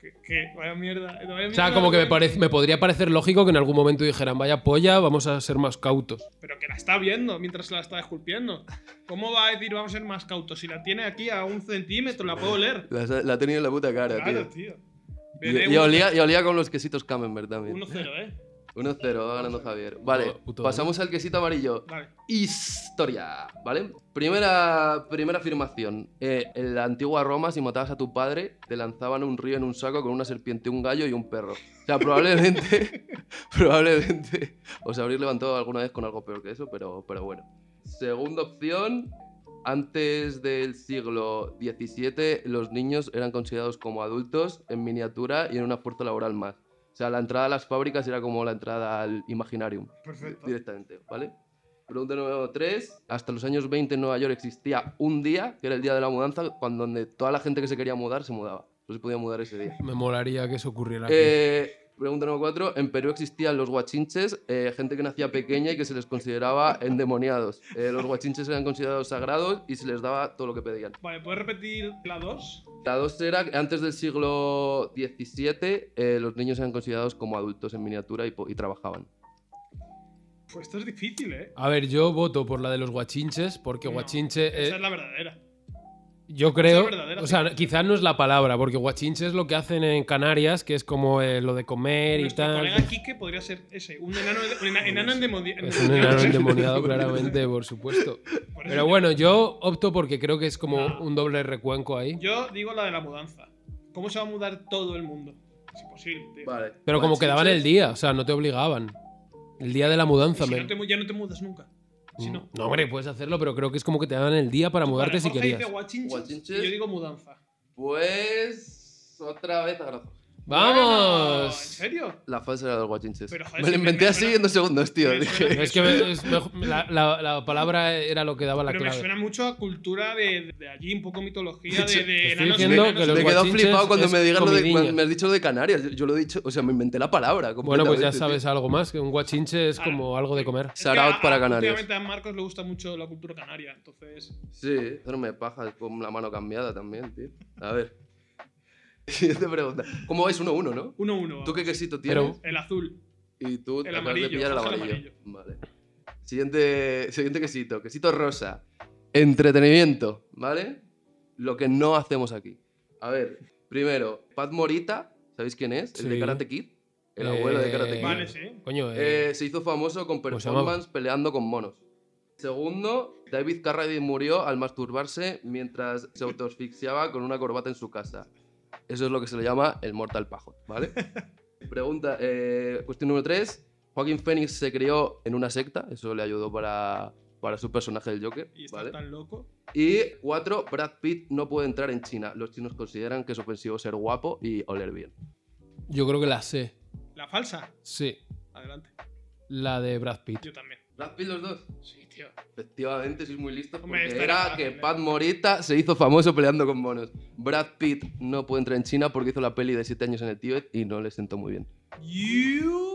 [SPEAKER 1] Que- que- vaya mierda. vaya
[SPEAKER 3] O
[SPEAKER 1] mierda.
[SPEAKER 3] sea, como que me, parece- me podría parecer lógico que en algún momento dijeran, vaya polla, vamos a ser más cautos.
[SPEAKER 1] Pero que la está viendo mientras la está esculpiendo. ¿Cómo va a decir vamos a ser más cautos? Si la tiene aquí a un centímetro, la puedo leer.
[SPEAKER 2] La, la ha tenido en la puta cara,
[SPEAKER 1] Claro,
[SPEAKER 2] tío.
[SPEAKER 1] tío.
[SPEAKER 2] Y,
[SPEAKER 1] Viene
[SPEAKER 2] y
[SPEAKER 1] uno-
[SPEAKER 2] olía, y olía con los quesitos Camembert también.
[SPEAKER 1] 1-0, ¿eh?
[SPEAKER 2] 1-0, va ganando Javier. Vale,
[SPEAKER 3] Puto- ¿eh? puto
[SPEAKER 2] pasamos al quesito amarillo.
[SPEAKER 1] Vale.
[SPEAKER 2] Historia, ¿vale? Primera, primera afirmación. Eh, en la antigua Roma, si matabas a tu padre, te lanzaban a un río en un saco con una serpiente, un gallo y un perro. O sea, probablemente, probablemente os habréis levantado alguna vez con algo peor que eso, pero, pero bueno. Segunda opción. Antes del siglo XVII, los niños eran considerados como adultos en miniatura y en una fuerza laboral más. O sea, la entrada a las fábricas era como la entrada al Imaginarium
[SPEAKER 1] Perfecto.
[SPEAKER 2] directamente, ¿vale? Pregunta número 3. Hasta los años 20 en Nueva York existía un día, que era el día de la mudanza, cuando donde toda la gente que se quería mudar se mudaba. No se podía mudar ese día.
[SPEAKER 3] Me molaría que eso ocurriera. aquí.
[SPEAKER 2] Eh, pregunta número 4. En Perú existían los guachinches, eh, gente que nacía pequeña y que se les consideraba endemoniados. Eh, los guachinches eran considerados sagrados y se les daba todo lo que pedían.
[SPEAKER 1] Vale, ¿puedes repetir la 2?
[SPEAKER 2] La 2 era que antes del siglo XVII eh, los niños eran considerados como adultos en miniatura y po- y trabajaban.
[SPEAKER 1] Pues esto es difícil, ¿eh?
[SPEAKER 3] A ver, yo voto por la de los guachinches, porque
[SPEAKER 1] No,
[SPEAKER 3] guachinche. eh,
[SPEAKER 1] Esa es la verdadera.
[SPEAKER 3] Yo creo,
[SPEAKER 1] es verdadera,
[SPEAKER 3] o sea, quizás no es la palabra, porque guachinche es lo que hacen en Canarias, que es como eh, lo de comer y
[SPEAKER 1] Nuestro
[SPEAKER 3] tal.
[SPEAKER 1] colega Quique podría ser ese. Un enano, un ena- enano endemoni-
[SPEAKER 3] Es un
[SPEAKER 1] endemoniado.
[SPEAKER 3] enano endemoniado, claramente, por supuesto.
[SPEAKER 1] Por eso
[SPEAKER 3] Pero
[SPEAKER 1] yo-
[SPEAKER 3] bueno, yo opto porque creo que es como
[SPEAKER 1] No.
[SPEAKER 3] un doble recuenco ahí.
[SPEAKER 1] Yo digo la de la mudanza. ¿Cómo se va a mudar todo el mundo? Es imposible, tío.
[SPEAKER 2] Vale.
[SPEAKER 3] Pero como que daban
[SPEAKER 2] Guachinches-
[SPEAKER 3] el día, o sea, no te obligaban. El día de la
[SPEAKER 1] Y
[SPEAKER 3] mudanza.
[SPEAKER 1] si
[SPEAKER 3] me- Mm.
[SPEAKER 1] no te mu- ya no te mudas nunca. Si no. Pues
[SPEAKER 3] no, hombre, puedes hacerlo, pero creo que es como que te daban el día para mudarte
[SPEAKER 1] Vale,
[SPEAKER 3] si
[SPEAKER 1] Jorge
[SPEAKER 3] querías.
[SPEAKER 1] dice guachinches,
[SPEAKER 2] Guachinches.
[SPEAKER 1] y yo digo mudanza.
[SPEAKER 2] Pues otra vez abrazo.
[SPEAKER 1] Bueno, ¿En
[SPEAKER 3] ¡Vamos!
[SPEAKER 1] serio?
[SPEAKER 2] La falsa era de los guachinches.
[SPEAKER 1] Pero, joder,
[SPEAKER 2] me
[SPEAKER 1] sí,
[SPEAKER 2] la
[SPEAKER 1] me-
[SPEAKER 2] inventé
[SPEAKER 1] me
[SPEAKER 2] así
[SPEAKER 1] suena-
[SPEAKER 2] en dos segundos, tío.
[SPEAKER 1] me
[SPEAKER 2] Dije,
[SPEAKER 1] suena-
[SPEAKER 3] Es que me- es mejor- la, la- la palabra era lo que daba la
[SPEAKER 1] Pero me
[SPEAKER 3] clave.
[SPEAKER 1] suena mucho a cultura de, de allí, un poco mitología
[SPEAKER 2] Te
[SPEAKER 1] de, de
[SPEAKER 3] estoy
[SPEAKER 1] enanos y
[SPEAKER 3] diciendo
[SPEAKER 1] enanas.
[SPEAKER 3] que los
[SPEAKER 2] me quedo
[SPEAKER 3] guachinches
[SPEAKER 2] flipado cuando
[SPEAKER 3] es
[SPEAKER 2] me digas lo de,
[SPEAKER 3] comidilla.
[SPEAKER 2] me, me has dicho lo de Canarias. Yo, yo lo he dicho, o sea, me inventé la palabra.
[SPEAKER 3] Bueno, pues ya
[SPEAKER 2] completamente,
[SPEAKER 3] sabes algo más, que un guachinche
[SPEAKER 1] Ah,
[SPEAKER 3] es como algo de comer.
[SPEAKER 1] Es que
[SPEAKER 2] Shout out
[SPEAKER 1] a-
[SPEAKER 2] para
[SPEAKER 1] a-
[SPEAKER 2] Canarias.
[SPEAKER 1] Últimamente a Marcos le gusta mucho la cultura canaria, entonces.
[SPEAKER 2] tío. Sí, eso no me paja con la mano cambiada también, tío. A ver. Siguiente pregunta. ¿Cómo vais? 1-1, ¿no?
[SPEAKER 1] 1-1.
[SPEAKER 2] ¿Tú qué quesito tienes?
[SPEAKER 3] Pero-
[SPEAKER 1] El azul.
[SPEAKER 2] Y tú
[SPEAKER 1] El
[SPEAKER 2] acabas
[SPEAKER 1] amarillo,
[SPEAKER 2] de pillar el
[SPEAKER 1] coge el
[SPEAKER 2] amarillo. Vale. Siguiente, siguiente quesito, quesito rosa. Entretenimiento, ¿vale? Lo que no hacemos aquí. A ver, primero, Pat Morita, ¿sabéis quién es? El de
[SPEAKER 3] Sí.
[SPEAKER 2] Karate Kid. El abuelo de Karate
[SPEAKER 3] Eh,
[SPEAKER 2] Kid.
[SPEAKER 1] Vale, sí.
[SPEAKER 3] Coño, eh,
[SPEAKER 2] Eh, se hizo famoso con
[SPEAKER 1] pues
[SPEAKER 3] ¿Cómo se llamaba?
[SPEAKER 2] performance peleando con monos. Segundo, David Carradine murió al masturbarse mientras se autoasfixiaba con una corbata en su casa. Eso es lo que se le llama el mortal pajo, ¿vale? Pregunta, eh, cuestión número 3. Joaquín Phoenix se crió en una secta, eso le ayudó para, para su personaje del Joker,
[SPEAKER 1] Y está
[SPEAKER 2] ¿vale?
[SPEAKER 1] tan loco.
[SPEAKER 2] Y cuatro, Brad Pitt no puede entrar en China. Los chinos consideran que es ofensivo ser guapo y oler bien.
[SPEAKER 3] yo creo que la sé.
[SPEAKER 1] La falsa.
[SPEAKER 3] Sí,
[SPEAKER 1] Adelante.
[SPEAKER 3] la de Brad Pitt.
[SPEAKER 1] Yo también.
[SPEAKER 2] Brad Pitt los dos.
[SPEAKER 1] Sí, tío.
[SPEAKER 2] Efectivamente, sois muy listos.
[SPEAKER 1] Hombre,
[SPEAKER 2] Porque
[SPEAKER 1] esta era
[SPEAKER 2] era
[SPEAKER 1] fácil,
[SPEAKER 2] que
[SPEAKER 1] ¿eh?
[SPEAKER 2] Pat Morita se hizo famoso peleando con monos. Brad Pitt no puede entrar en China porque hizo la peli de 7 años en el Tíbet y no le sentó muy bien.
[SPEAKER 1] You.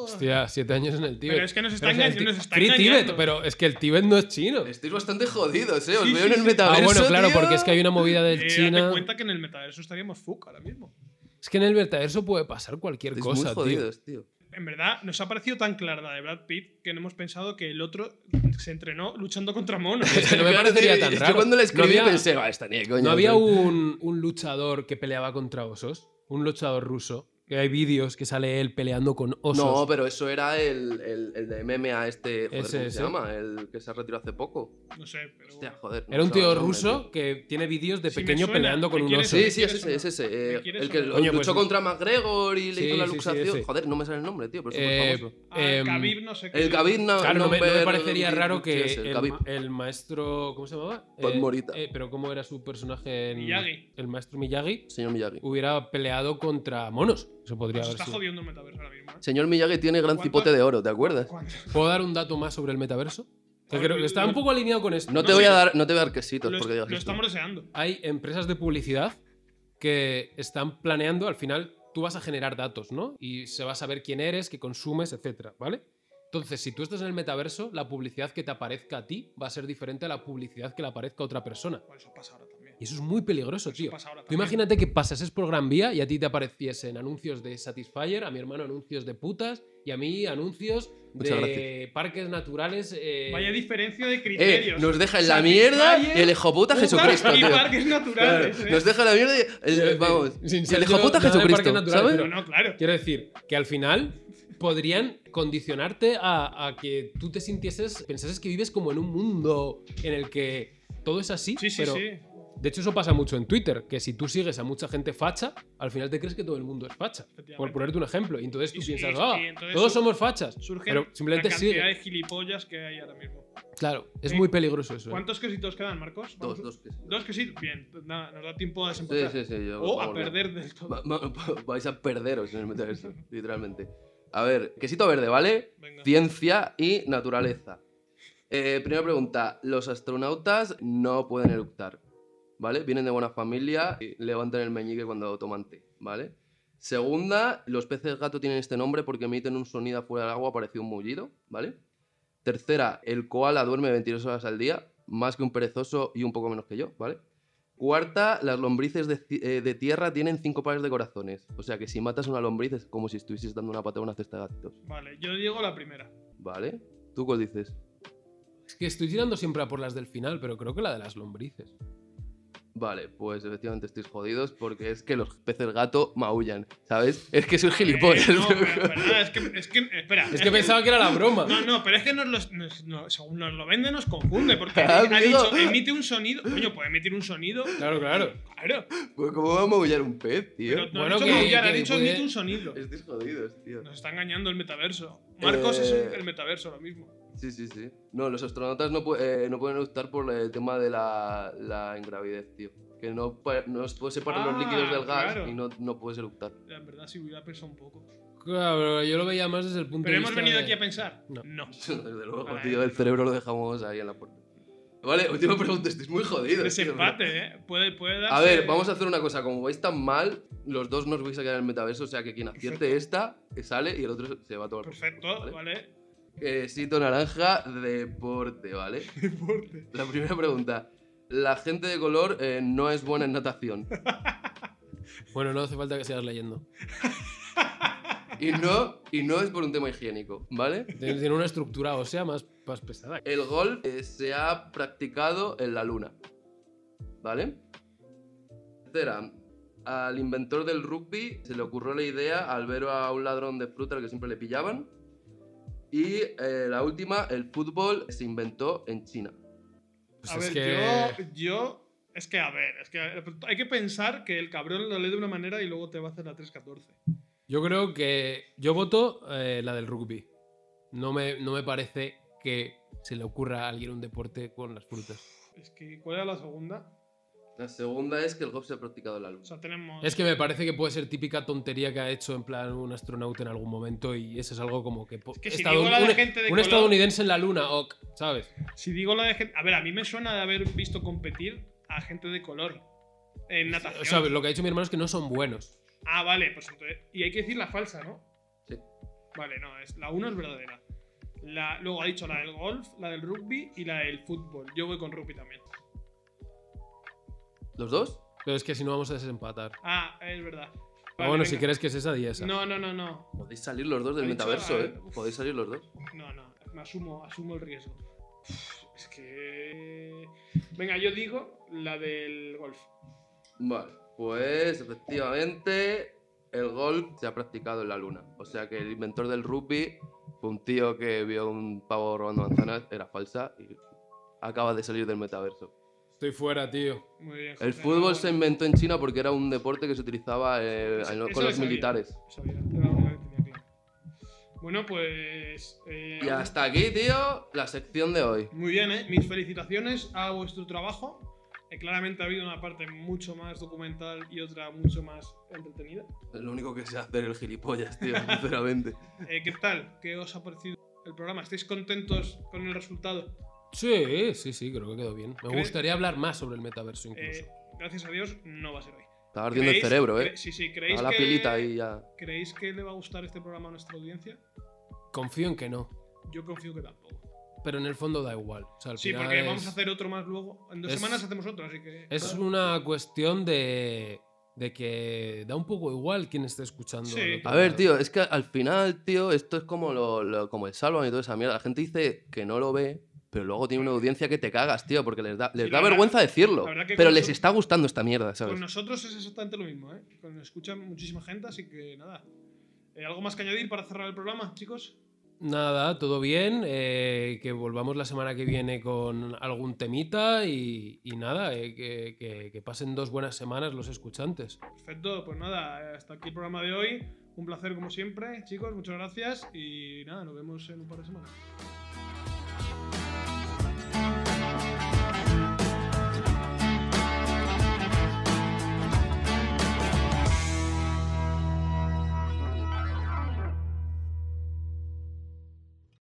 [SPEAKER 3] Hostia, siete años en el Tíbet.
[SPEAKER 1] Pero es que nos está
[SPEAKER 3] Pero, o sea, el
[SPEAKER 1] engañando.
[SPEAKER 3] Ti-
[SPEAKER 1] Nos está
[SPEAKER 3] Free
[SPEAKER 1] engañando.
[SPEAKER 3] Tíbet, pero es que el Tíbet no es chino.
[SPEAKER 2] Estáis bastante jodidos, ¿eh? Os
[SPEAKER 1] Sí,
[SPEAKER 2] veo
[SPEAKER 1] sí,
[SPEAKER 2] en el
[SPEAKER 1] sí.
[SPEAKER 2] metaverso.
[SPEAKER 3] ah, bueno, claro,
[SPEAKER 2] tío.
[SPEAKER 3] porque es que hay una movida del
[SPEAKER 1] Eh,
[SPEAKER 3] China.
[SPEAKER 1] Date cuenta que en el metaverso estaríamos fuck ahora mismo.
[SPEAKER 3] Es que en el vertadero puede pasar cualquier
[SPEAKER 2] Estáis muy
[SPEAKER 3] cosa, tío.
[SPEAKER 2] jodidos, tío.
[SPEAKER 1] En verdad, nos ha parecido tan clara la de Brad Pitt que no hemos pensado que el otro se entrenó luchando contra monos.
[SPEAKER 3] Es que no me
[SPEAKER 2] Claro,
[SPEAKER 3] parecería
[SPEAKER 2] tío,
[SPEAKER 3] tan
[SPEAKER 2] yo
[SPEAKER 3] raro.
[SPEAKER 2] cuando la
[SPEAKER 3] no
[SPEAKER 2] escribí
[SPEAKER 3] había,
[SPEAKER 2] pensé, va, esta ni de coña.
[SPEAKER 3] ¿no había
[SPEAKER 2] tío".
[SPEAKER 3] un, un luchador que peleaba contra osos, un luchador ruso. Que hay vídeos que sale él peleando con osos.
[SPEAKER 2] No, pero eso era el, el, el de MMA este, joder,
[SPEAKER 3] Ese,
[SPEAKER 2] ¿cómo
[SPEAKER 3] ese.
[SPEAKER 2] se llama? El que se retiró hace poco.
[SPEAKER 1] No sé, pero.
[SPEAKER 2] Hostia,
[SPEAKER 1] bueno.
[SPEAKER 2] joder.
[SPEAKER 3] Era un
[SPEAKER 2] no me
[SPEAKER 3] tío
[SPEAKER 2] acuerdo el
[SPEAKER 3] ruso
[SPEAKER 2] nombre.
[SPEAKER 3] que tiene vídeos de
[SPEAKER 1] Sí, me
[SPEAKER 3] pequeño
[SPEAKER 1] suena.
[SPEAKER 3] peleando con
[SPEAKER 1] ¿Me
[SPEAKER 3] un
[SPEAKER 1] quieres-
[SPEAKER 3] oso.
[SPEAKER 2] Sí, sí, es
[SPEAKER 1] ¿Quieres
[SPEAKER 2] ese, es
[SPEAKER 1] o no?
[SPEAKER 2] ese. eh,
[SPEAKER 1] ¿Me quieres
[SPEAKER 2] el
[SPEAKER 1] o
[SPEAKER 2] que
[SPEAKER 1] no?
[SPEAKER 3] Coño,
[SPEAKER 2] luchó
[SPEAKER 3] pues-
[SPEAKER 2] contra McGregor y le
[SPEAKER 3] Sí,
[SPEAKER 2] hizo la
[SPEAKER 3] sí, sí,
[SPEAKER 2] luxación.
[SPEAKER 3] ese.
[SPEAKER 2] joder, no me sale el nombre, tío, pero es
[SPEAKER 3] Eh,
[SPEAKER 2] súper famoso.
[SPEAKER 1] Ah, el
[SPEAKER 3] em,
[SPEAKER 1] Khabib, no sé qué.
[SPEAKER 2] El Khabib no,
[SPEAKER 3] Claro, no me, no me
[SPEAKER 2] Number-
[SPEAKER 3] parecería raro que
[SPEAKER 2] sí,
[SPEAKER 3] el,
[SPEAKER 2] el Khabib.
[SPEAKER 3] ma- el maestro. ¿Cómo se llamaba?
[SPEAKER 2] Pat Morita.
[SPEAKER 3] eh, pero ¿cómo era su personaje en.
[SPEAKER 1] Miyagi.
[SPEAKER 3] El maestro Miyagi
[SPEAKER 2] Señor Miyagi.
[SPEAKER 3] hubiera peleado contra monos. Eso podría
[SPEAKER 1] Nos
[SPEAKER 3] haber
[SPEAKER 1] está
[SPEAKER 3] sido.
[SPEAKER 1] jodiendo el metaverso ahora mismo. ¿eh?
[SPEAKER 2] Señor Miyagi tiene gran
[SPEAKER 1] ¿Cuánto-
[SPEAKER 2] cipote de oro, ¿te acuerdas?
[SPEAKER 1] ¿Cuánto?
[SPEAKER 3] ¿Puedo dar un dato más sobre el metaverso? Que
[SPEAKER 1] Porque
[SPEAKER 3] creo que está
[SPEAKER 1] lo-
[SPEAKER 3] un poco alineado con esto.
[SPEAKER 2] No te
[SPEAKER 1] No,
[SPEAKER 2] voy a
[SPEAKER 1] sí.
[SPEAKER 2] dar, no te voy a dar quesitos
[SPEAKER 1] Lo,
[SPEAKER 2] porque digas
[SPEAKER 1] lo
[SPEAKER 2] esto.
[SPEAKER 1] estamos deseando.
[SPEAKER 3] Hay empresas de publicidad que están planeando, al final, tú vas a generar datos, ¿no? Y se va a saber quién eres, qué consumes, etcétera, ¿vale? Entonces, si tú estás en el metaverso, la publicidad que te aparezca a ti va a ser diferente a la publicidad que le aparezca a otra persona.
[SPEAKER 1] Bueno, eso pasa ahora también.
[SPEAKER 3] Y eso es muy peligroso,
[SPEAKER 1] Eso
[SPEAKER 3] tío.
[SPEAKER 1] pasa ahora
[SPEAKER 3] Tú
[SPEAKER 1] también.
[SPEAKER 3] imagínate que pasases por Gran Vía y a ti te apareciesen anuncios de Satisfyer, a mi hermano anuncios de putas y a mí anuncios
[SPEAKER 2] Muchas
[SPEAKER 3] de parques naturales. eh,
[SPEAKER 1] Vaya diferencia de
[SPEAKER 2] Eh,
[SPEAKER 1] criterios.
[SPEAKER 2] nos deja en la mierda y
[SPEAKER 1] Satisfyer,
[SPEAKER 2] el hijoputa
[SPEAKER 1] Putas
[SPEAKER 2] Jesucristo,
[SPEAKER 1] y
[SPEAKER 2] tío.
[SPEAKER 1] parques naturales.
[SPEAKER 2] Claro,
[SPEAKER 1] ¿eh?
[SPEAKER 2] Nos deja en la mierda y el,
[SPEAKER 3] Quiero decir,
[SPEAKER 2] vamos,
[SPEAKER 3] Eh, sin
[SPEAKER 2] y
[SPEAKER 3] ser
[SPEAKER 2] el
[SPEAKER 3] yo
[SPEAKER 2] hijoputa
[SPEAKER 3] nada de parques
[SPEAKER 2] Jesucristo,
[SPEAKER 3] naturales,
[SPEAKER 2] ¿sabes?
[SPEAKER 1] Pero no, claro.
[SPEAKER 3] Quiero decir que al final podrían condicionarte a, a que tú te sintieses, pensases que vives como en un mundo en el que todo es así,
[SPEAKER 1] Sí, sí,
[SPEAKER 3] pero
[SPEAKER 1] sí.
[SPEAKER 3] de hecho eso pasa mucho en Twitter, que si tú sigues a mucha gente facha, al final te crees que todo el mundo es facha, por
[SPEAKER 1] Efectivamente.
[SPEAKER 3] ponerte un ejemplo, y entonces tú
[SPEAKER 1] Y- y-
[SPEAKER 3] piensas,
[SPEAKER 1] y
[SPEAKER 3] "Ah,
[SPEAKER 1] entonces
[SPEAKER 3] todos
[SPEAKER 1] su-
[SPEAKER 3] somos fachas,
[SPEAKER 1] Surge
[SPEAKER 3] pero simplemente eh.
[SPEAKER 1] la cantidad
[SPEAKER 3] sigue.
[SPEAKER 1] de gilipollas que hay ahora mismo.
[SPEAKER 3] Claro, es
[SPEAKER 1] Eh,
[SPEAKER 3] muy peligroso eso. ¿eh?
[SPEAKER 1] ¿Cuántos quesitos quedan, Marcos?
[SPEAKER 2] Dos,
[SPEAKER 1] Vamos-
[SPEAKER 2] dos. que sí.
[SPEAKER 1] Dos quesitos. Bien, pues nada, nos da tiempo a
[SPEAKER 2] Sí,
[SPEAKER 1] desempatar.
[SPEAKER 2] sí, sí. yo,
[SPEAKER 1] O a
[SPEAKER 2] vamos, no.
[SPEAKER 1] perder del todo.
[SPEAKER 2] Va- va- vais a perderos en el metaverso, literalmente. A ver, quesito verde, ¿vale?
[SPEAKER 1] Venga.
[SPEAKER 2] Ciencia y naturaleza. Eh, primera pregunta, los astronautas no pueden eructar, ¿vale? Vienen de buena familia y levantan el meñique cuando toman té, ¿vale? Segunda, los peces gato tienen este nombre porque emiten un sonido fuera del agua parecido a un mullido, ¿vale? Tercera, el koala duerme 22 horas al día, más que un perezoso y un poco menos que yo, ¿vale? Cuarta, las lombrices de, ci- eh, de tierra tienen cinco pares de corazones. O sea que si matas una lombriz es como si estuvieses dando una patada a una cesta de gatitos.
[SPEAKER 1] Vale, yo digo la primera.
[SPEAKER 2] ¿Vale? ¿Tú cuál dices?
[SPEAKER 3] Es que estoy tirando siempre a por las del final, pero creo que la de las lombrices.
[SPEAKER 2] Vale, pues efectivamente estáis jodidos porque es que los peces gato maullan, ¿sabes? Es que soy gilipollas.
[SPEAKER 1] Eh, no, pero, pero nada, es que, es que espera. eh,
[SPEAKER 3] Es que pensaba que era la broma.
[SPEAKER 1] No, no, pero es que nos los, nos- no, según nos lo vende nos confunde, porque ha
[SPEAKER 2] Ah, Amigo.
[SPEAKER 1] dicho, emite un sonido. Coño, puede emitir un sonido.
[SPEAKER 3] Claro, claro.
[SPEAKER 1] Claro.
[SPEAKER 2] Pues, ¿Cómo va a maullar un pez, tío?
[SPEAKER 1] Pero no
[SPEAKER 3] Bueno,
[SPEAKER 1] ha dicho
[SPEAKER 3] que-
[SPEAKER 1] maullar, ha
[SPEAKER 3] que
[SPEAKER 1] dicho
[SPEAKER 3] puede-
[SPEAKER 1] emite un sonido.
[SPEAKER 2] Estáis jodidos, tío.
[SPEAKER 1] Nos está engañando el metaverso. Marcos
[SPEAKER 2] Eh,
[SPEAKER 1] es el, el metaverso ahora mismo.
[SPEAKER 2] Sí, sí, sí. No, los astronautas no, pu- eh, no pueden optar por el tema de la, la ingravidez, tío. Que no, pa- no se separan
[SPEAKER 1] Ah,
[SPEAKER 2] los líquidos del gas
[SPEAKER 1] claro.
[SPEAKER 2] y no, no puedes eructar.
[SPEAKER 1] Ya, En verdad, sí hubiera pensado un poco.
[SPEAKER 3] Claro, yo lo veía más desde el punto
[SPEAKER 1] Pero
[SPEAKER 3] de
[SPEAKER 1] hemos
[SPEAKER 3] vista.
[SPEAKER 1] venido
[SPEAKER 3] de-
[SPEAKER 1] aquí a pensar.
[SPEAKER 3] No.
[SPEAKER 1] No.
[SPEAKER 2] Desde luego,
[SPEAKER 1] Para
[SPEAKER 2] tío,
[SPEAKER 1] él,
[SPEAKER 2] el
[SPEAKER 1] ¿no?
[SPEAKER 2] cerebro lo dejamos ahí en la puerta. Vale, última pregunta, estáis muy jodidos. tío, pero-
[SPEAKER 1] Desempate, ¿eh? Puede, puede darse.
[SPEAKER 2] A ver, vamos a hacer una cosa. Como vais tan mal, los dos nos vais a quedar en el metaverso. O sea que quien acierte esta que sale y el otro se va a tomar. por culo,
[SPEAKER 1] Perfecto,
[SPEAKER 2] ¿vale?
[SPEAKER 1] ¿vale?
[SPEAKER 2] Quesito naranja, deporte, ¿vale?
[SPEAKER 1] Deporte.
[SPEAKER 2] La primera pregunta. La gente de color eh, no es buena en natación.
[SPEAKER 3] Bueno, no hace falta que sigas leyendo.
[SPEAKER 2] Y no, y no es por un tema higiénico, ¿vale?
[SPEAKER 3] Tiene tiene una estructura ósea más, más pesada.
[SPEAKER 2] El golf eh, se ha practicado en la luna. ¿Vale? Tercera, al inventor del rugby se le ocurrió la idea al ver a un ladrón de fruta al que siempre le pillaban. Y eh, la última, el fútbol se inventó en China.
[SPEAKER 3] Pues
[SPEAKER 1] a
[SPEAKER 3] es
[SPEAKER 1] ver,
[SPEAKER 3] que.
[SPEAKER 1] yo, yo. Es que, a ver, es que hay que pensar que el cabrón lo lee de una manera y luego te va a hacer la 314.
[SPEAKER 3] Yo creo que. Yo voto eh, la del rugby. No me, no me parece que se le ocurra a alguien un deporte con las frutas.
[SPEAKER 1] Es que, ¿cuál era la segunda?
[SPEAKER 2] La segunda es que el golf se ha practicado en la
[SPEAKER 1] O
[SPEAKER 2] luna.
[SPEAKER 1] sea, tenemos.
[SPEAKER 3] Es que me parece que puede ser típica tontería que ha hecho en plan un astronauta en algún momento y eso es algo como que. po-
[SPEAKER 1] que si
[SPEAKER 3] estadou-
[SPEAKER 1] digo la de
[SPEAKER 3] un-
[SPEAKER 1] gente de
[SPEAKER 3] un
[SPEAKER 1] color-
[SPEAKER 3] estadounidense en la luna, ok, ¿sabes?
[SPEAKER 1] Si digo la de gente. A ver, a mí me suena de haber visto competir a gente de color en natación.
[SPEAKER 3] O sea, lo que ha dicho mi hermano es que no son buenos.
[SPEAKER 1] Ah, vale, pues entonces. Y hay que decir la falsa, ¿no?
[SPEAKER 2] Sí.
[SPEAKER 1] Vale, no, es, la 1 es verdadera. La, luego ha dicho la del golf, la del rugby y la del fútbol. Yo voy con rugby también.
[SPEAKER 2] ¿Los dos?
[SPEAKER 3] Pero es que si no vamos a desempatar.
[SPEAKER 1] Ah, es verdad.
[SPEAKER 3] Pero
[SPEAKER 1] Vale, venga.
[SPEAKER 3] bueno, si crees que es esa, di esa.
[SPEAKER 1] No, no, no, no.
[SPEAKER 2] Podéis salir los dos del
[SPEAKER 1] Ha dicho,
[SPEAKER 2] metaverso,
[SPEAKER 1] a
[SPEAKER 2] ¿eh?
[SPEAKER 1] ver, uf.
[SPEAKER 2] Podéis salir los dos.
[SPEAKER 1] No, no. Me asumo, asumo el riesgo. Es que. Venga, yo digo la del golf.
[SPEAKER 2] Vale, pues efectivamente el golf se ha practicado en la luna. O sea que el inventor del rugby fue un tío que vio un pavo robando manzanas, era falsa y acaba de salir del metaverso.
[SPEAKER 3] Estoy fuera, tío.
[SPEAKER 1] Muy bien,
[SPEAKER 2] El
[SPEAKER 1] José,
[SPEAKER 2] fútbol
[SPEAKER 1] bravo.
[SPEAKER 2] se inventó en China porque era un deporte que se utilizaba eh,
[SPEAKER 1] Eso-
[SPEAKER 2] en lo-
[SPEAKER 1] eso
[SPEAKER 2] con
[SPEAKER 1] lo
[SPEAKER 2] los
[SPEAKER 1] sabía.
[SPEAKER 2] militares.
[SPEAKER 1] Sabía, era una que tenía claro. Bueno, pues. eh,
[SPEAKER 2] Y hasta aquí, tío, la sección de hoy.
[SPEAKER 1] Muy bien, ¿eh? Mis felicitaciones a vuestro trabajo. Eh, claramente ha habido una parte mucho más documental y otra mucho más entretenida.
[SPEAKER 2] Es lo único que sé hacer el gilipollas, tío, sinceramente.
[SPEAKER 1] Eh, ¿Qué tal? ¿Qué os ha parecido el programa? ¿Estáis contentos con el resultado?
[SPEAKER 3] Sí, sí, sí, creo que quedó bien. Me
[SPEAKER 1] ¿Crees-
[SPEAKER 3] gustaría hablar más sobre el metaverso incluso.
[SPEAKER 1] Eh, gracias a Dios, no va a ser hoy.
[SPEAKER 2] Está ardiendo el
[SPEAKER 1] ¿Creéis-
[SPEAKER 2] cerebro, eh.
[SPEAKER 1] cre- Sí, sí,
[SPEAKER 2] A
[SPEAKER 1] ¿creéis
[SPEAKER 2] la
[SPEAKER 1] que,
[SPEAKER 2] pilita ahí ya.
[SPEAKER 1] ¿Creéis que le va a gustar este programa a nuestra audiencia?
[SPEAKER 3] Confío en que no,
[SPEAKER 1] Yo confío que tampoco.
[SPEAKER 3] pero en el fondo da igual. O sea, al
[SPEAKER 1] Sí,
[SPEAKER 3] final
[SPEAKER 1] porque
[SPEAKER 3] es,
[SPEAKER 1] vamos a hacer otro más luego. En dos
[SPEAKER 3] es-
[SPEAKER 1] semanas hacemos otro, así que.
[SPEAKER 3] es una cuestión de, de que da un poco igual quién esté escuchando.
[SPEAKER 1] Sí.
[SPEAKER 3] al otro
[SPEAKER 2] A ver,
[SPEAKER 3] lado.
[SPEAKER 2] tío, es que al final, tío, esto es como, lo, lo- como el Salvan y toda esa mierda. La gente dice que no lo ve, pero luego tiene una audiencia que te cagas, tío, porque les da, les
[SPEAKER 1] Sí, la
[SPEAKER 2] da
[SPEAKER 1] verdad-
[SPEAKER 2] vergüenza decirlo.
[SPEAKER 1] la verdad que
[SPEAKER 2] Pero
[SPEAKER 1] con
[SPEAKER 2] les
[SPEAKER 1] su-
[SPEAKER 2] está gustando esta mierda, ¿sabes?
[SPEAKER 1] Con nosotros es exactamente lo mismo, ¿eh? Con- Nos escucha muchísima gente, así que nada. Eh, ¿Algo más que añadir para cerrar el programa, chicos?
[SPEAKER 3] Nada, todo bien. eh, que volvamos la semana que viene con algún temita y, y nada, eh, que, que- que pasen dos buenas semanas los escuchantes.
[SPEAKER 1] Perfecto, pues nada, eh, hasta aquí el programa de hoy. Un placer como siempre, chicos, muchas gracias y nada, nos vemos en un par de semanas.